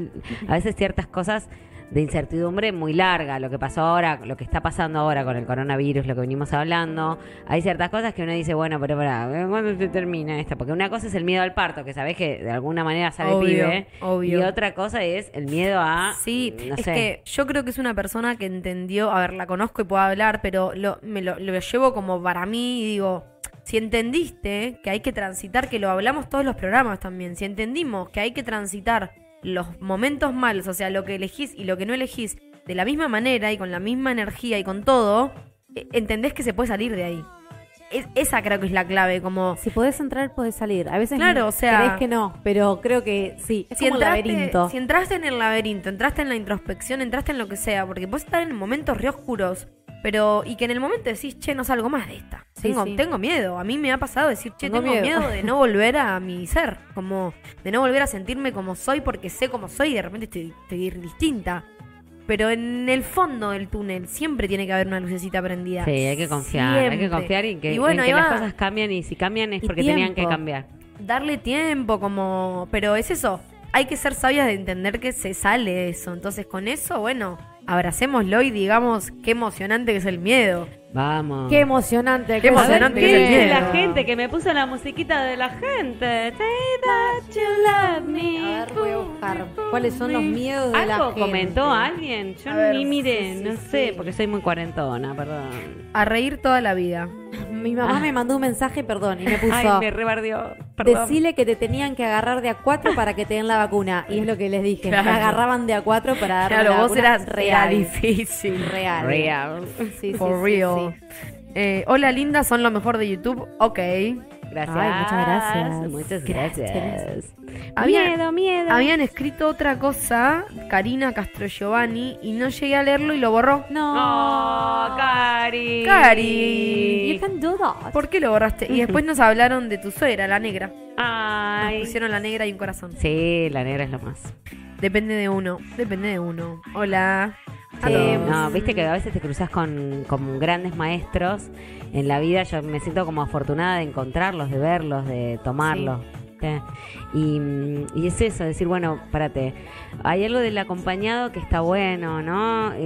S2: a veces ciertas cosas de incertidumbre muy larga, lo que pasó ahora, lo que está pasando ahora con el coronavirus, lo que venimos hablando, hay ciertas cosas que uno dice, bueno, pero pará, ¿cuándo se termina esta? Porque una cosa es el miedo al parto, que sabés que de alguna manera sale
S4: Obvio,
S2: pibe,
S4: obvio.
S2: y otra cosa es el miedo a,
S4: Sí,
S2: no
S4: es
S2: sé,
S4: que yo creo que es una persona que entendió, a ver, la conozco y puedo hablar, pero lo, me lo, lo llevo como para mí y digo, si entendiste que hay que transitar, que lo hablamos todos los programas también, si entendimos que hay que transitar los momentos malos, o sea, lo que elegís y lo que no elegís, de la misma manera y con la misma energía y con todo, eh, entendés que se puede salir de ahí. Es- esa creo que es la clave, como...
S3: Si podés entrar, podés salir. A veces
S4: Claro, o sea-
S3: crees que no, pero creo que sí. Es
S4: si
S3: como un
S4: entraste,
S3: laberinto.
S4: si entraste en el laberinto, entraste en la introspección, entraste en lo que sea, porque puedes estar en momentos re oscuros, pero y que en el momento decís, che, no salgo más de esta.
S3: Sí,
S4: tengo,
S3: sí.
S4: tengo miedo. A mí me ha pasado decir, che,
S3: Tengo
S4: tengo,
S3: miedo.
S4: miedo. de
S2: *laughs*
S4: no volver a mi ser, como de no volver a sentirme como soy porque sé cómo soy y de repente estoy, estoy distinta. Pero en el fondo del túnel siempre tiene que haber una lucecita prendida.
S2: sí, hay que confiar, hay que
S4: Siempre.
S2: confiar y que,
S4: Y bueno,
S2: en
S4: ahí
S2: que las
S4: va.
S2: cosas cambian y si cambian es
S3: Y
S2: porque tenían que
S3: tiempo.
S2: cambiar.
S4: darle tiempo, como. Pero es eso. Hay que ser sabias de entender que se sale de eso. Entonces, con eso, bueno, abracémoslo y digamos qué emocionante que es el miedo.
S2: Vamos.
S3: Qué emocionante.
S4: Qué
S2: A ver
S4: emocionante
S2: qué
S4: que es el
S2: dice
S4: miedo.
S2: la gente que me puso la musiquita de la gente. Say that you love me.
S3: A ver, voy a buscar. ¿Cuáles son los miedos de la
S2: ¿Algo
S3: gente?
S2: comentó alguien? Yo
S4: A ver,
S2: ni miré,
S3: sí, sí,
S2: no
S3: sí.
S2: sé, porque soy muy cuarentona, perdón.
S4: A reír toda la vida.
S3: Mi
S4: Ah.
S3: mamá me mandó un mensaje, perdón,
S4: *laughs*
S3: y me puso.
S2: Ay, me rebardió. Perdón.
S3: Decile que te tenían que agarrar de a cuatro para que te den la vacuna. Y es lo que les dije.
S4: Claro.
S3: Me agarraban de a cuatro para darme
S4: Claro,
S3: la
S4: vos
S3: vacuna
S4: eras
S3: real.
S4: real. difícil.
S3: Real.
S2: Real.
S3: Sí, sí,
S4: For
S3: sí,
S4: real.
S3: sí.
S4: Eh, hola, linda, son lo mejor de YouTube. Ok.
S2: Gracias.
S3: Ay, muchas gracias.
S2: Muchas
S3: Gracias.
S2: gracias.
S4: Había-
S2: miedo, miedo.
S4: Habían escrito otra cosa, Karina Castro Giovanni, y no llegué a leerlo y lo borró.
S3: No.
S2: Oh, Cari.
S4: Cari.
S3: You can do that.
S4: ¿Por qué lo borraste?
S3: *laughs*
S4: Y después nos hablaron de tu suegra, la negra. Nos
S2: Ay.
S4: pusieron la negra y un corazón.
S2: Sí, la negra es lo más.
S4: Depende de uno, depende de uno. Hola.
S2: Sí,
S3: Eh,
S2: no, viste que a veces te cruzas con, con grandes maestros en la vida. Yo me siento como afortunada de encontrarlos, de verlos, de tomarlos. ¿viste? Y, mm, y es eso, decir, bueno, párate, hay algo del acompañado que está bueno, ¿no? Eh,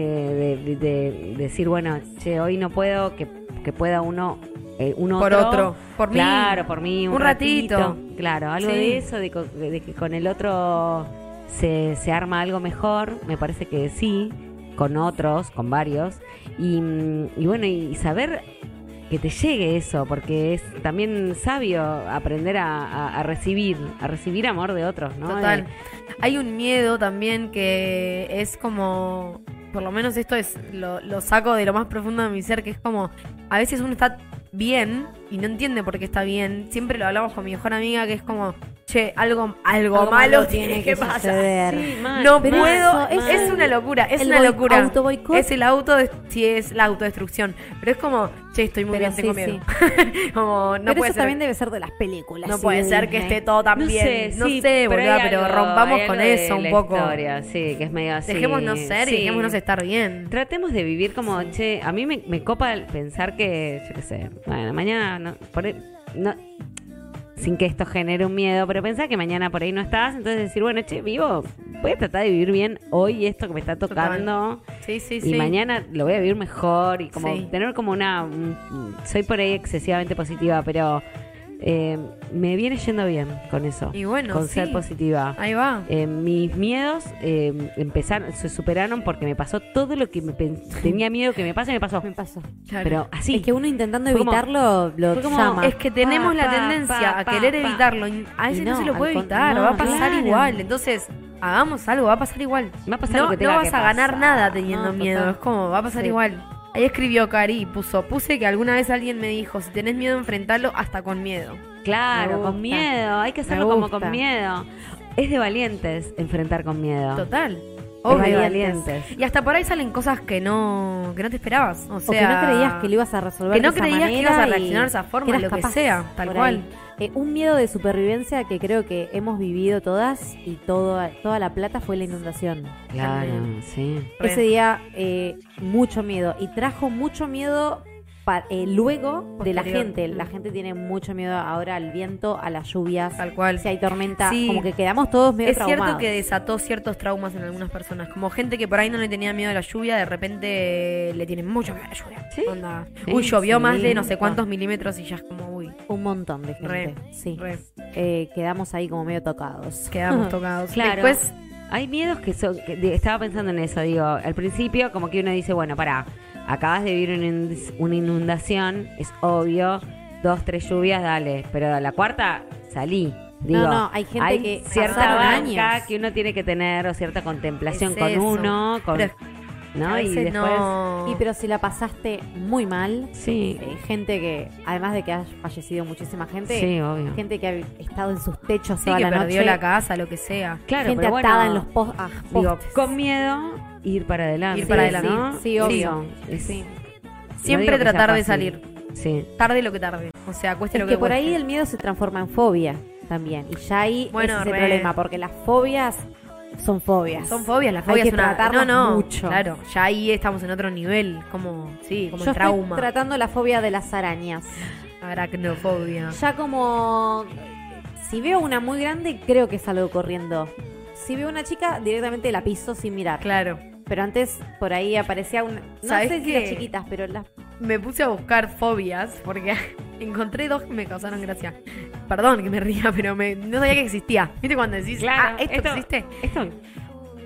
S2: de, de- de decir, bueno, che, hoy no puedo, que, que pueda uno, eh, un
S4: Por
S2: otro.
S4: otro, por mí.
S2: Claro, por mí, un,
S4: Un ratito.
S2: Claro, algo
S4: Sí.
S2: de eso, de, co- de que con el otro se, se arma algo mejor, me parece que sí, con otros, con varios. Y, mm, y bueno, y saber que te llegue eso, porque es también sabio aprender a, a- a recibir, a recibir amor de otros, ¿no?
S4: Total.
S2: De-
S4: Hay un miedo también que es como, por lo menos esto es lo, lo saco de lo más profundo de mi ser, que es como, a veces uno está bien y no entiende por qué está bien. Siempre lo hablamos con mi mejor amiga, que es como, che, algo, algo,
S1: Algo
S4: malo,
S1: malo
S4: tiene
S1: tiene
S4: que
S1: que
S4: pasar.
S1: suceder.
S3: Ver.
S4: No
S3: Pero
S4: puedo,
S3: eso,
S4: es,
S3: eso-
S4: una locura, es
S3: el
S4: una
S3: boi-
S4: locura.
S3: autoboicot.
S4: Es el auto, de- sí, es la autodestrucción. Pero es como, che, estoy muy
S3: Pero
S4: bien, tengo
S3: sí,
S4: miedo. *laughs* como, no
S3: Pero
S4: puede
S3: eso
S4: ser.
S3: también debe ser de las películas.
S4: No
S3: sí,
S4: puede
S3: de
S4: ser que
S3: Disney.
S4: esté todo tan bien. No
S2: sí,
S4: sé, boluda,
S2: hay
S4: pero
S2: algo-
S4: rompamos
S2: hay
S4: con
S2: algo de
S4: eso un
S2: la
S4: poco.
S2: historia, sí, que es medio así.
S4: Dejémonos ser
S2: sí.
S4: y dejémonos estar bien.
S2: Tratemos de vivir como, che, a mí me, me copa el pensar que, yo qué sé, bueno, mañana, no, por ahí- no- sin que esto genere un miedo, pero pensar que mañana por ahí no estás, entonces decir, bueno, che, vivo, voy a tratar de vivir bien hoy esto que me está tocando
S4: Sí, sí,
S2: y
S4: sí.
S2: mañana lo voy a vivir mejor y como
S4: Sí.
S2: tener como una un- un- soy por ahí excesivamente positiva pero eh, me viene yendo bien con eso
S4: Y bueno,
S2: con ser
S4: sí.
S2: positiva
S4: Ahí va.
S2: Eh, mis miedos eh, empezaron se superaron porque me pasó todo lo que me pen- tenía miedo que me pase me pasó
S3: Me pasó.
S4: Claro.
S2: pero así
S3: Es que uno intentando
S2: Fue como-
S3: evitarlo lo
S2: fue como-
S3: llama.
S4: Es que tenemos
S2: Pa,
S4: la
S2: pa,
S4: tendencia
S2: pa,
S4: a
S2: pa,
S4: querer
S2: pa.
S4: evitarlo. y A
S3: Y
S4: veces no,
S3: no,
S4: se lo
S3: al
S4: puede
S3: con-
S4: evitar,
S3: no,
S4: va a pasar
S2: claro.
S4: igual. Entonces, hagamos algo, va a pasar igual.
S2: va a pasar
S4: No,
S2: lo que
S4: no
S2: tenga
S4: vas
S2: que
S4: a ganar
S2: pasar.
S4: nada teniendo
S3: No,
S4: miedo,
S3: total.
S4: es como, va a pasar
S3: Sí.
S4: igual. Ahí escribió Cari, puso, puse que alguna vez alguien me dijo, si tenés miedo, enfrentarlo hasta con miedo.
S3: Me
S2: claro
S3: gusta.
S2: con miedo hay que hacerlo
S3: Me
S2: como
S3: gusta.
S2: con miedo es de valientes enfrentar con
S3: Ah.
S2: miedo
S4: Total.
S2: es de
S4: Obvio.
S2: valientes
S4: Y hasta por ahí salen cosas que no, que no te esperabas. O
S3: O que
S4: sea,
S3: no creías que lo ibas a resolver
S4: que no
S3: de esa
S4: creías que
S3: manera
S4: ibas a
S3: y
S4: reaccionar de esa forma,
S3: eras
S4: lo que
S3: capaz,
S4: sea, tal
S3: por
S4: cual.
S3: ahí. Eh, un miedo de supervivencia que creo que hemos vivido todas y todo, toda la plata fue la inundación.
S2: claro sí
S4: Re.
S3: Ese día, eh, mucho miedo. Y trajo mucho miedo pa- eh, luego de la
S4: Posterior.
S3: gente. La
S4: Mm.
S3: gente tiene mucho miedo ahora al viento, a las lluvias.
S4: Tal cual.
S3: Si hay tormenta,
S4: Sí.
S3: como que quedamos todos medio
S4: Es cierto
S3: traumados.
S4: que desató ciertos traumas en algunas personas. Como gente que por ahí no le tenía miedo a la lluvia, de repente le tienen mucho miedo a la lluvia.
S2: Sí.
S4: Onda,
S2: Sí,
S4: uy, llovió
S2: sí.
S4: más de
S3: Ah.
S4: no sé cuántos milímetros y ya es como, uy,
S3: Un montón de gente. sí.
S4: re,
S3: Eh, quedamos ahí como medio tocados. *laughs*
S4: quedamos tocados.
S2: Claro.
S4: Después,
S2: Hay miedos que son. que de- estaba pensando en eso, digo. Al principio, como que uno dice, bueno, pará, acabas de vivir una inund- una inundación, es obvio. Dos, tres lluvias, dale. Pero la cuarta, salí. Digo,
S3: No, no, hay gente que
S2: cierta
S3: pasaron
S2: banca
S3: años.
S2: que uno tiene que tener o cierta contemplación
S4: Es
S2: con
S4: eso.
S2: uno, con,
S4: Pero
S2: ¿no?
S4: a
S2: Y
S4: veces
S2: después.
S4: no.
S3: Y pero si la pasaste muy mal,
S2: Sí,
S3: eh, gente que, además de que ha fallecido muchísima gente,
S2: sí, obvio.
S3: gente que ha estado en sus techos
S4: Sí,
S3: toda
S4: que
S3: la
S4: perdió
S3: noche,
S4: la casa, lo que sea.
S2: Claro,
S3: gente
S2: pero
S3: atada
S2: bueno,
S3: en los pos- a postes.
S2: digo, con miedo, ir para adelante.
S4: Ir para
S2: ¿no?
S4: adelante.
S3: Sí, obvio.
S2: Sí, es-
S3: Sí.
S4: Siempre
S2: digo que sea
S4: tratar de
S2: fácil.
S4: salir.
S2: sí.
S4: Tarde lo que tarde. O sea, cueste
S3: Es
S4: lo
S3: que,
S4: que,
S3: por ahí
S4: cueste.
S3: el miedo se transforma en fobia también. Y ya ahí
S4: Bueno,
S3: ese es el
S4: re.
S3: problema, porque las fobias son fobias.
S4: Son fobias, las
S3: Hay
S4: fobias
S3: que
S4: son una-
S3: tratarlas
S4: no, no,
S3: mucho.
S4: Claro, ya ahí estamos en otro nivel, como, sí, como
S3: Yo
S4: el trauma,
S3: estoy tratando la fobia de las arañas.
S4: aracnofobia.
S3: Ya como... Si veo una muy grande, creo que salgo corriendo. Si veo una chica, directamente la piso sin mirar.
S4: Claro.
S3: Pero antes por ahí aparecía una... No
S4: ¿Sabés
S3: sé si
S4: qué?
S3: las chiquitas, pero las...
S4: Me puse a buscar fobias porque *laughs* encontré dos que me causaron gracia. Perdón que me ría, pero me- no sabía que existía. ¿Viste cuando decís, ah,
S2: Claro,
S4: esto,
S2: esto-
S4: existe?
S2: Esto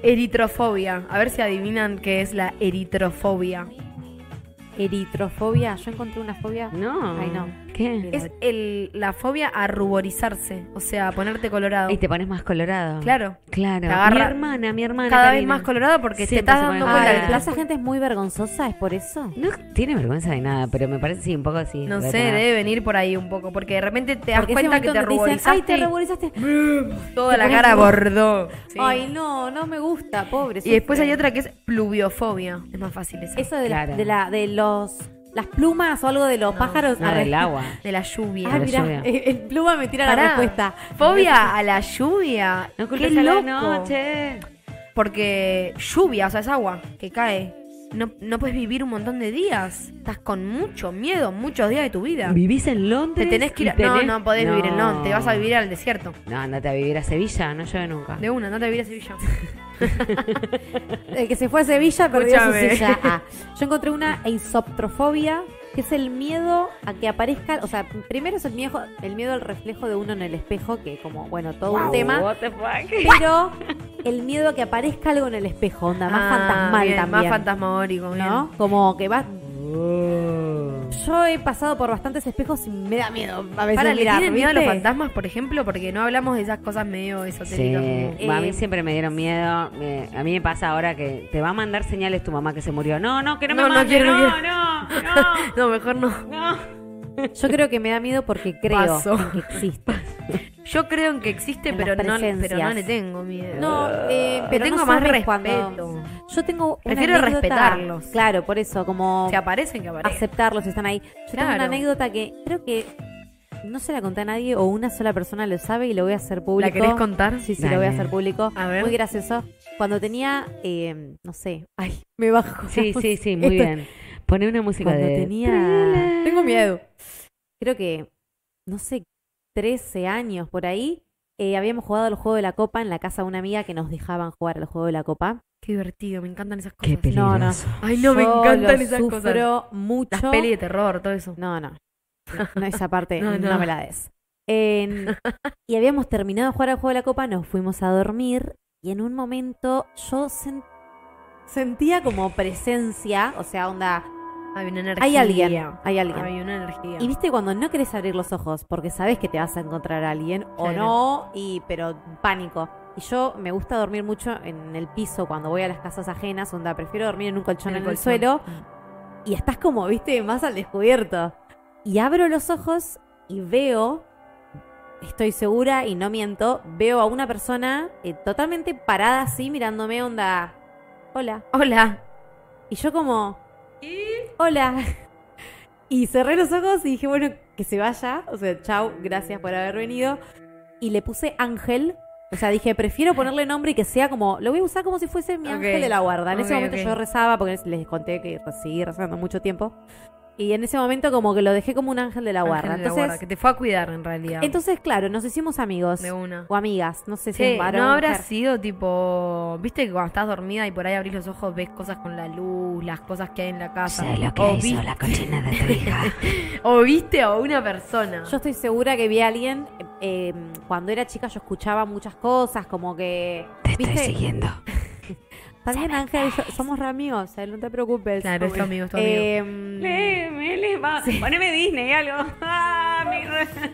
S4: Eritrofobia. A ver si adivinan qué es la eritrofobia.
S3: Eritrofobia. Yo encontré una fobia...
S2: No.
S3: Ay, no.
S2: ¿Qué?
S3: Mira.
S4: Es el, la fobia a ruborizarse, o sea, a ponerte colorado.
S2: Y te pones más colorado.
S4: Claro. Te
S2: Claro.
S4: agarra-
S2: Mi hermana, mi hermana.
S4: Cada vez
S2: Karina.
S4: más colorado porque te
S2: Siempre
S4: estás
S2: se
S4: dando
S2: pone
S4: cuenta
S3: Ay,
S4: que
S3: pero
S4: te-
S3: esa gente es muy vergonzosa, ¿es por eso?
S2: No tiene vergüenza de nada, pero me parece sí, un poco así.
S4: No
S2: debe
S4: sé,
S2: tener.
S4: debe venir por ahí un poco, porque de repente te das
S3: Porque ese
S4: cuenta que
S3: momento
S4: te
S3: donde dicen,
S4: ruborizaste.
S3: Ay, te
S4: y
S3: ruborizaste.
S4: toda
S3: te
S4: la
S3: pones
S4: cara
S3: rojo.
S4: bordó. Sí.
S3: Ay, no, no me gusta, pobre.
S4: y después hay
S3: sufre.
S4: otra que es pluviofobia. Es más fácil esa.
S3: Eso de,
S2: Claro.
S3: las, de, la, de los, las plumas o algo de los pájaros.
S2: No,
S3: Arre-
S4: *laughs*
S2: del agua.
S4: de la lluvia.
S3: Ah,
S2: la
S3: mirá,
S2: lluvia.
S3: el, *laughs* el pluma me tira
S4: Pará.
S3: la respuesta.
S4: Fobia a la lluvia.
S2: No
S4: Qué
S2: culpes a
S4: loco.
S2: la noche.
S4: Porque lluvia, o sea, es agua que cae. No, no puedes vivir un montón de días. Estás con mucho miedo, muchos días de tu vida.
S2: ¿Vivís en Londres?
S4: Te tenés que ir.
S2: y
S4: a- No,
S2: tenés-
S4: no podés vivir en Londres. Te vas a vivir al desierto.
S2: No, andate a vivir a Sevilla, no llueve nunca.
S4: De una, no te vivir a Sevilla.
S3: El que se fue a Sevilla perdió
S4: Escúchame.
S3: su silla.
S4: *laughs*
S3: Ah, yo encontré una eisoptrofobia, que es el miedo a que aparezca. O sea, primero es el miedo, el miedo al reflejo de uno en el espejo, que como, bueno, todo un
S2: Wow,
S3: tema.
S2: what the fuck.
S4: *laughs*
S3: Pero el miedo a que aparezca algo en el espejo, onda, más
S4: Ah,
S3: fantasmal
S4: bien,
S3: también.
S4: Más fantasmagórico, bien.
S3: ¿No? Como que vas. Yo he pasado por bastantes espejos y me da miedo a veces
S4: Para, ¿le
S3: mirar,
S4: tienen miedo a los
S3: ¿viste?
S4: fantasmas, por ejemplo? Porque no hablamos de esas cosas medio
S2: Sí,
S4: esotéricas. como-
S2: a mí
S3: Eh,
S2: siempre me dieron miedo. me- a mí me pasa ahora que te va a mandar señales tu mamá que se murió. No, no, que no me
S4: No, no
S2: mande,
S4: quiero, no
S2: no, no, no,
S4: No, mejor no.
S2: no.
S3: Yo creo que me da miedo porque creo
S4: Paso.
S3: en que existe.
S4: Yo creo en que existe,
S3: En
S4: pero
S3: las
S4: no, pero no
S3: presencias.
S4: le tengo miedo.
S3: No, eh,
S4: Le
S3: pero
S4: tengo
S3: no
S4: más
S3: sabes
S4: respeto.
S3: cuando- Yo tengo. una
S4: Prefiero
S3: anécdota-
S4: respetarlos.
S3: Claro, por eso, como
S4: Se aparecen que aparecen.
S3: aceptarlos si están ahí. Yo tengo
S4: Claro.
S3: una anécdota que creo que no se la conté a nadie o una sola persona lo sabe y lo voy a hacer público.
S4: ¿La querés contar?
S3: Sí, sí,
S2: Dale.
S3: lo voy a hacer público.
S4: A ver.
S3: Muy gracioso. Cuando tenía, eh, no sé, ay, me bajo.
S2: Sí, sí, sí, muy
S3: Esto-
S2: bien. Poné una música
S3: Cuando
S2: de...
S3: tenía,
S4: Tengo miedo.
S3: creo que, no sé, 13 años por ahí, eh, habíamos jugado al juego de la copa en la casa de una amiga que nos dejaban jugar al juego de la copa.
S4: Qué divertido, me encantan esas
S2: Qué
S4: cosas.
S2: peligroso.
S3: No, no.
S4: Ay, no, me
S3: Yo
S4: encantan
S3: lo
S4: esas cosas.
S3: sufro mucho.
S4: Las pelis de terror, todo eso.
S3: No,
S4: *laughs*
S3: no. No, esa parte
S4: No,
S3: no,
S4: no.
S3: me la des.
S4: *laughs*
S3: En- y habíamos terminado de jugar al juego de la copa, nos fuimos a dormir y en un momento yo sen- sentía como presencia, o sea, onda,
S4: Hay una energía.
S3: hay alguien, hay alguien.
S4: Hay una energía.
S3: Y viste cuando no querés abrir los ojos porque sabes que te vas a encontrar a alguien o
S4: Claro.
S3: no, y pero pánico. Y yo me gusta dormir mucho en el piso cuando voy a las casas ajenas, onda, prefiero dormir en un colchón en el,
S4: colchón.
S3: suelo y estás como, viste, más al descubierto. Y abro los ojos y veo, estoy segura y no miento, veo a una persona eh, totalmente parada así mirándome onda, hola.
S4: Hola.
S3: Y yo como, hola. *laughs* Y cerré los ojos y dije, bueno, que se vaya. O sea, chau, gracias por haber venido. Y le puse Ángel. O sea, dije, prefiero ponerle nombre y que sea como, lo voy a usar como si fuese mi
S4: Ok.
S3: ángel de la guarda. En ese
S4: Ok,
S3: momento
S4: ok.
S3: yo rezaba, porque les conté que seguí rezando mucho tiempo. Y en ese momento como que lo dejé como un ángel de la guarda.
S4: Ángel de la
S3: entonces,
S4: guarda, que te fue a cuidar en realidad.
S3: entonces, claro, nos hicimos amigos.
S4: de una.
S3: O amigas, no sé si
S4: Sí,
S3: es varón
S4: no
S3: o
S4: habrá
S3: mujer.
S4: sido tipo, viste que cuando estás dormida y por ahí abrís los ojos ves cosas con la luz, las cosas que hay en la casa.
S2: ¿Sabes lo que
S4: o,
S2: hizo
S4: vi-
S2: la cochina de tu hija?
S3: *laughs*
S4: o viste a una persona.
S3: Yo estoy segura que vi a alguien, eh, eh, cuando era chica yo escuchaba muchas cosas, como que...
S2: Te estoy
S3: ¿viste?
S2: siguiendo.
S3: Está bien, Ángel, yo- somos re amigos, eh, no te preocupes.
S4: claro, es tu amigo, es tu amigo.
S3: Eh,
S2: va. Poneme
S3: *laughs*
S2: Disney, algo.
S3: Ah,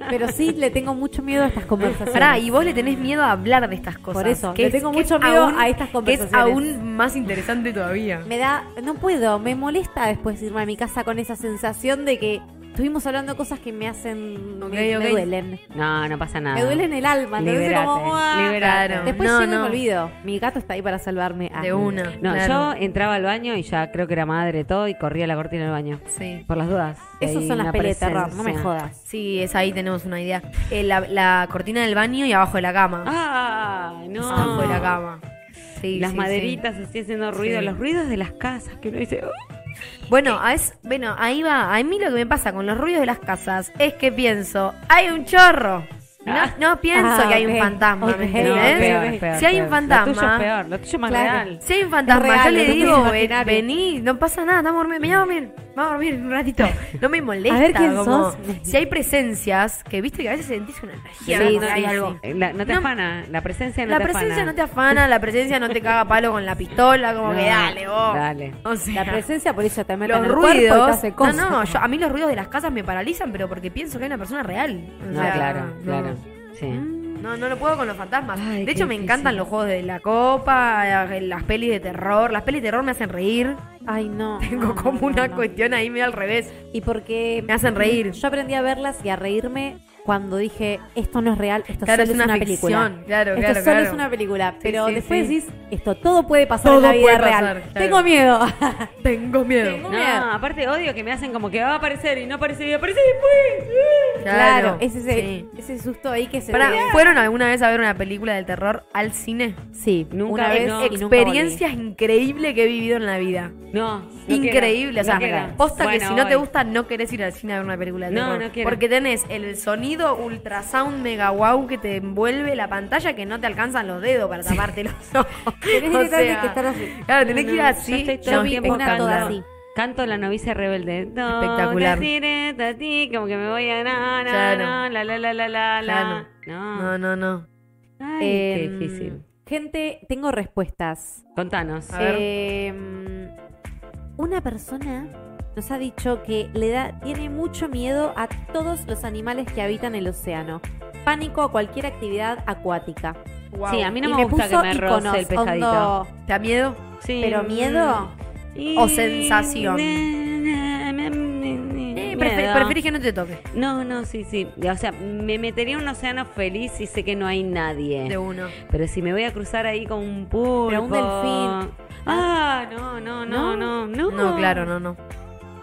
S3: pero sí le tengo mucho miedo a estas conversaciones.
S4: Pará, y vos le tenés miedo a hablar de estas cosas.
S3: Por eso,
S4: que
S3: le
S4: es-
S3: tengo
S4: que
S3: mucho
S4: es
S3: miedo
S4: aún-
S3: a estas
S4: Que es
S3: conversaciones.
S4: aún más interesante todavía.
S3: Me da, no puedo, me molesta después irme a mi casa con esa sensación de que estuvimos hablando cosas que me hacen, me,
S4: Ok,
S3: me
S4: ok.
S3: duelen.
S2: No, no pasa nada.
S3: Me duelen el alma, entonces
S2: Liberate,
S3: como, ah.
S2: liberate.
S4: Claro.
S3: Después
S4: No,
S3: llego y
S4: no.
S3: me olvido. Mi gato está ahí para salvarme. Ah.
S4: De una.
S2: No,
S4: claro.
S2: yo entraba al baño y ya creo que era madre todo y corría la cortina del baño.
S4: Sí.
S2: Por las dudas.
S3: Esas
S2: Hay
S3: son las
S2: una
S3: peleas de terror, no me
S2: presencia.
S3: jodas.
S4: Sí, es ahí tenemos una idea. Eh, la, la cortina del baño y abajo de la cama.
S2: Ah, no.
S4: Está abajo de la cama. Sí,
S2: Las
S4: sí, sí.
S2: maderitas así haciendo ruido,
S4: Sí.
S2: los ruidos de las casas que uno dice. "Oh".
S4: Bueno, a es, bueno, ahí va. A mí lo que me pasa con los ruidos de las casas es que pienso, hay un chorro. No,
S2: Ah.
S4: no pienso
S3: Ah,
S4: que hay
S3: ok.
S4: un fantasma,
S3: Ok,
S4: ¿me
S2: No,
S3: ¿Eh?
S4: entendés?
S2: peor,
S3: Sí, sí.
S2: peor,
S4: Si hay un
S2: peor. Lo tuyo
S4: fantasma-
S2: es peor, lo tuyo es más
S3: Claro.
S2: real.
S4: Si hay un fantasma,
S3: Es real,
S4: yo
S3: lo
S4: le
S3: que
S4: digo,
S3: es
S4: ven-
S3: imaginario.
S4: vení, no pasa nada, estamos dormidos, vení a dormir, vamos a dormir un ratito. No me molesta.
S3: *laughs* A ver quién
S4: como,
S3: sos.
S4: Si hay presencias, que viste que a veces sentís una energía,
S3: Sí,
S4: como que
S3: sí,
S4: hay
S3: sí.
S4: algo.
S2: Eh, la- no te
S4: No.
S2: afana, la presencia no
S4: La
S2: te afana.
S4: presencia no te afana, la presencia no te caga palo con la pistola, como
S2: No,
S4: que dale vos.
S2: Dale.
S4: O sea, *laughs*
S3: La presencia por eso te mete en
S4: los
S3: el cuerpo y te
S4: ruidos.
S3: hace
S4: No,
S3: cosas.
S4: no, yo- a mí los ruidos de las casas me paralizan, pero porque pienso que hay una persona real. O
S2: No,
S4: sea,
S2: claro,
S4: no. Mm,
S2: claro. Sí.
S4: No, no lo puedo con los fantasmas.
S2: Ay,
S4: de
S2: qué
S4: hecho, me
S2: difícil.
S4: encantan los juegos de la copa, eh, las pelis de terror. Las pelis de terror me hacen reír. *laughs*
S3: Ay, no.
S4: Tengo
S3: no, no,
S4: como
S3: no,
S4: una
S3: no.
S4: cuestión ahí medio al revés.
S3: Y porque
S4: Me hacen reír.
S3: Yo aprendí a verlas y a reírme cuando dije, esto no es real, esto
S4: Claro,
S3: solo
S4: es
S3: es
S4: una
S3: una,
S4: ficción.
S3: película.
S4: Claro,
S3: esto
S4: claro,
S3: solo
S4: claro.
S3: es una película. Pero
S4: sí,
S3: después
S4: sí.
S3: decís, esto todo puede pasar en
S4: Todo
S3: la vida
S4: puede
S3: real.
S4: pasar, claro.
S3: Tengo miedo. *laughs*
S4: Tengo miedo.
S3: Tengo-
S2: No, aparte odio que me hacen como que va a aparecer y no aparece y aparece después.
S4: *laughs*
S3: claro, ese,
S4: sí.
S3: ese susto ahí que se
S4: Pará,
S3: ve.
S4: ¿Fueron alguna vez a ver una película del terror al cine?
S3: Sí,
S2: Nunca
S3: una
S2: vi,
S3: vez
S2: no.
S3: y nunca volví.
S4: Experiencias increíbles que he vivido en la vida.
S2: No. no
S4: Increíble,
S2: quiero,
S4: o sea,
S2: no quiero.
S4: posta que
S2: Bueno,
S4: si no te
S2: voy.
S4: gusta no querés ir al cine a ver una película de
S2: No,
S4: terror.
S2: no quiero.
S4: Porque tenés el sonido ultrasound mega wow que te envuelve la pantalla que no te alcanzan los dedos para taparte
S2: *laughs*
S4: los ojos.
S3: Tenés
S4: *laughs* O
S3: directamente
S4: sea,
S3: que estar así.
S4: Claro, tenés que ir
S2: No,
S4: así.
S2: Yo estoy todo
S3: yo
S2: el
S3: vi
S2: tiempo
S3: una toda
S2: cantando.
S3: así.
S2: Canto la novicia rebelde. No,
S4: Espectacular.
S2: te tires a ti, como que me voy a na, na,
S4: Claro.
S2: na, la, la, la, la, la, la.
S4: Claro.
S2: No.
S4: No, no, no.
S2: Ay, qué
S3: Em,
S2: difícil.
S3: Gente, tengo respuestas.
S2: Contanos.
S4: A ver.
S3: Eh, una persona nos ha dicho que le da, tiene mucho miedo a todos los animales que habitan el océano. Pánico a cualquier actividad acuática.
S2: Sí, a mí no
S3: Y
S2: me, gusta que me roce
S3: iconos,
S2: el pescadito. Mm,
S3: hondo,
S4: ¿Te da miedo?
S2: Sí.
S3: Pero miedo.
S2: Y-
S4: O sensación.
S2: Eh,
S4: pero Prefe- Preferís que no te toque.
S2: No, no, sí, sí. O sea, me metería en un océano feliz y sé que no hay nadie.
S4: De uno.
S2: Pero si me voy a cruzar ahí con un pulpo.
S3: Pero un delfín.
S2: Ah, no, no, no, no, no.
S4: No, claro, no, no.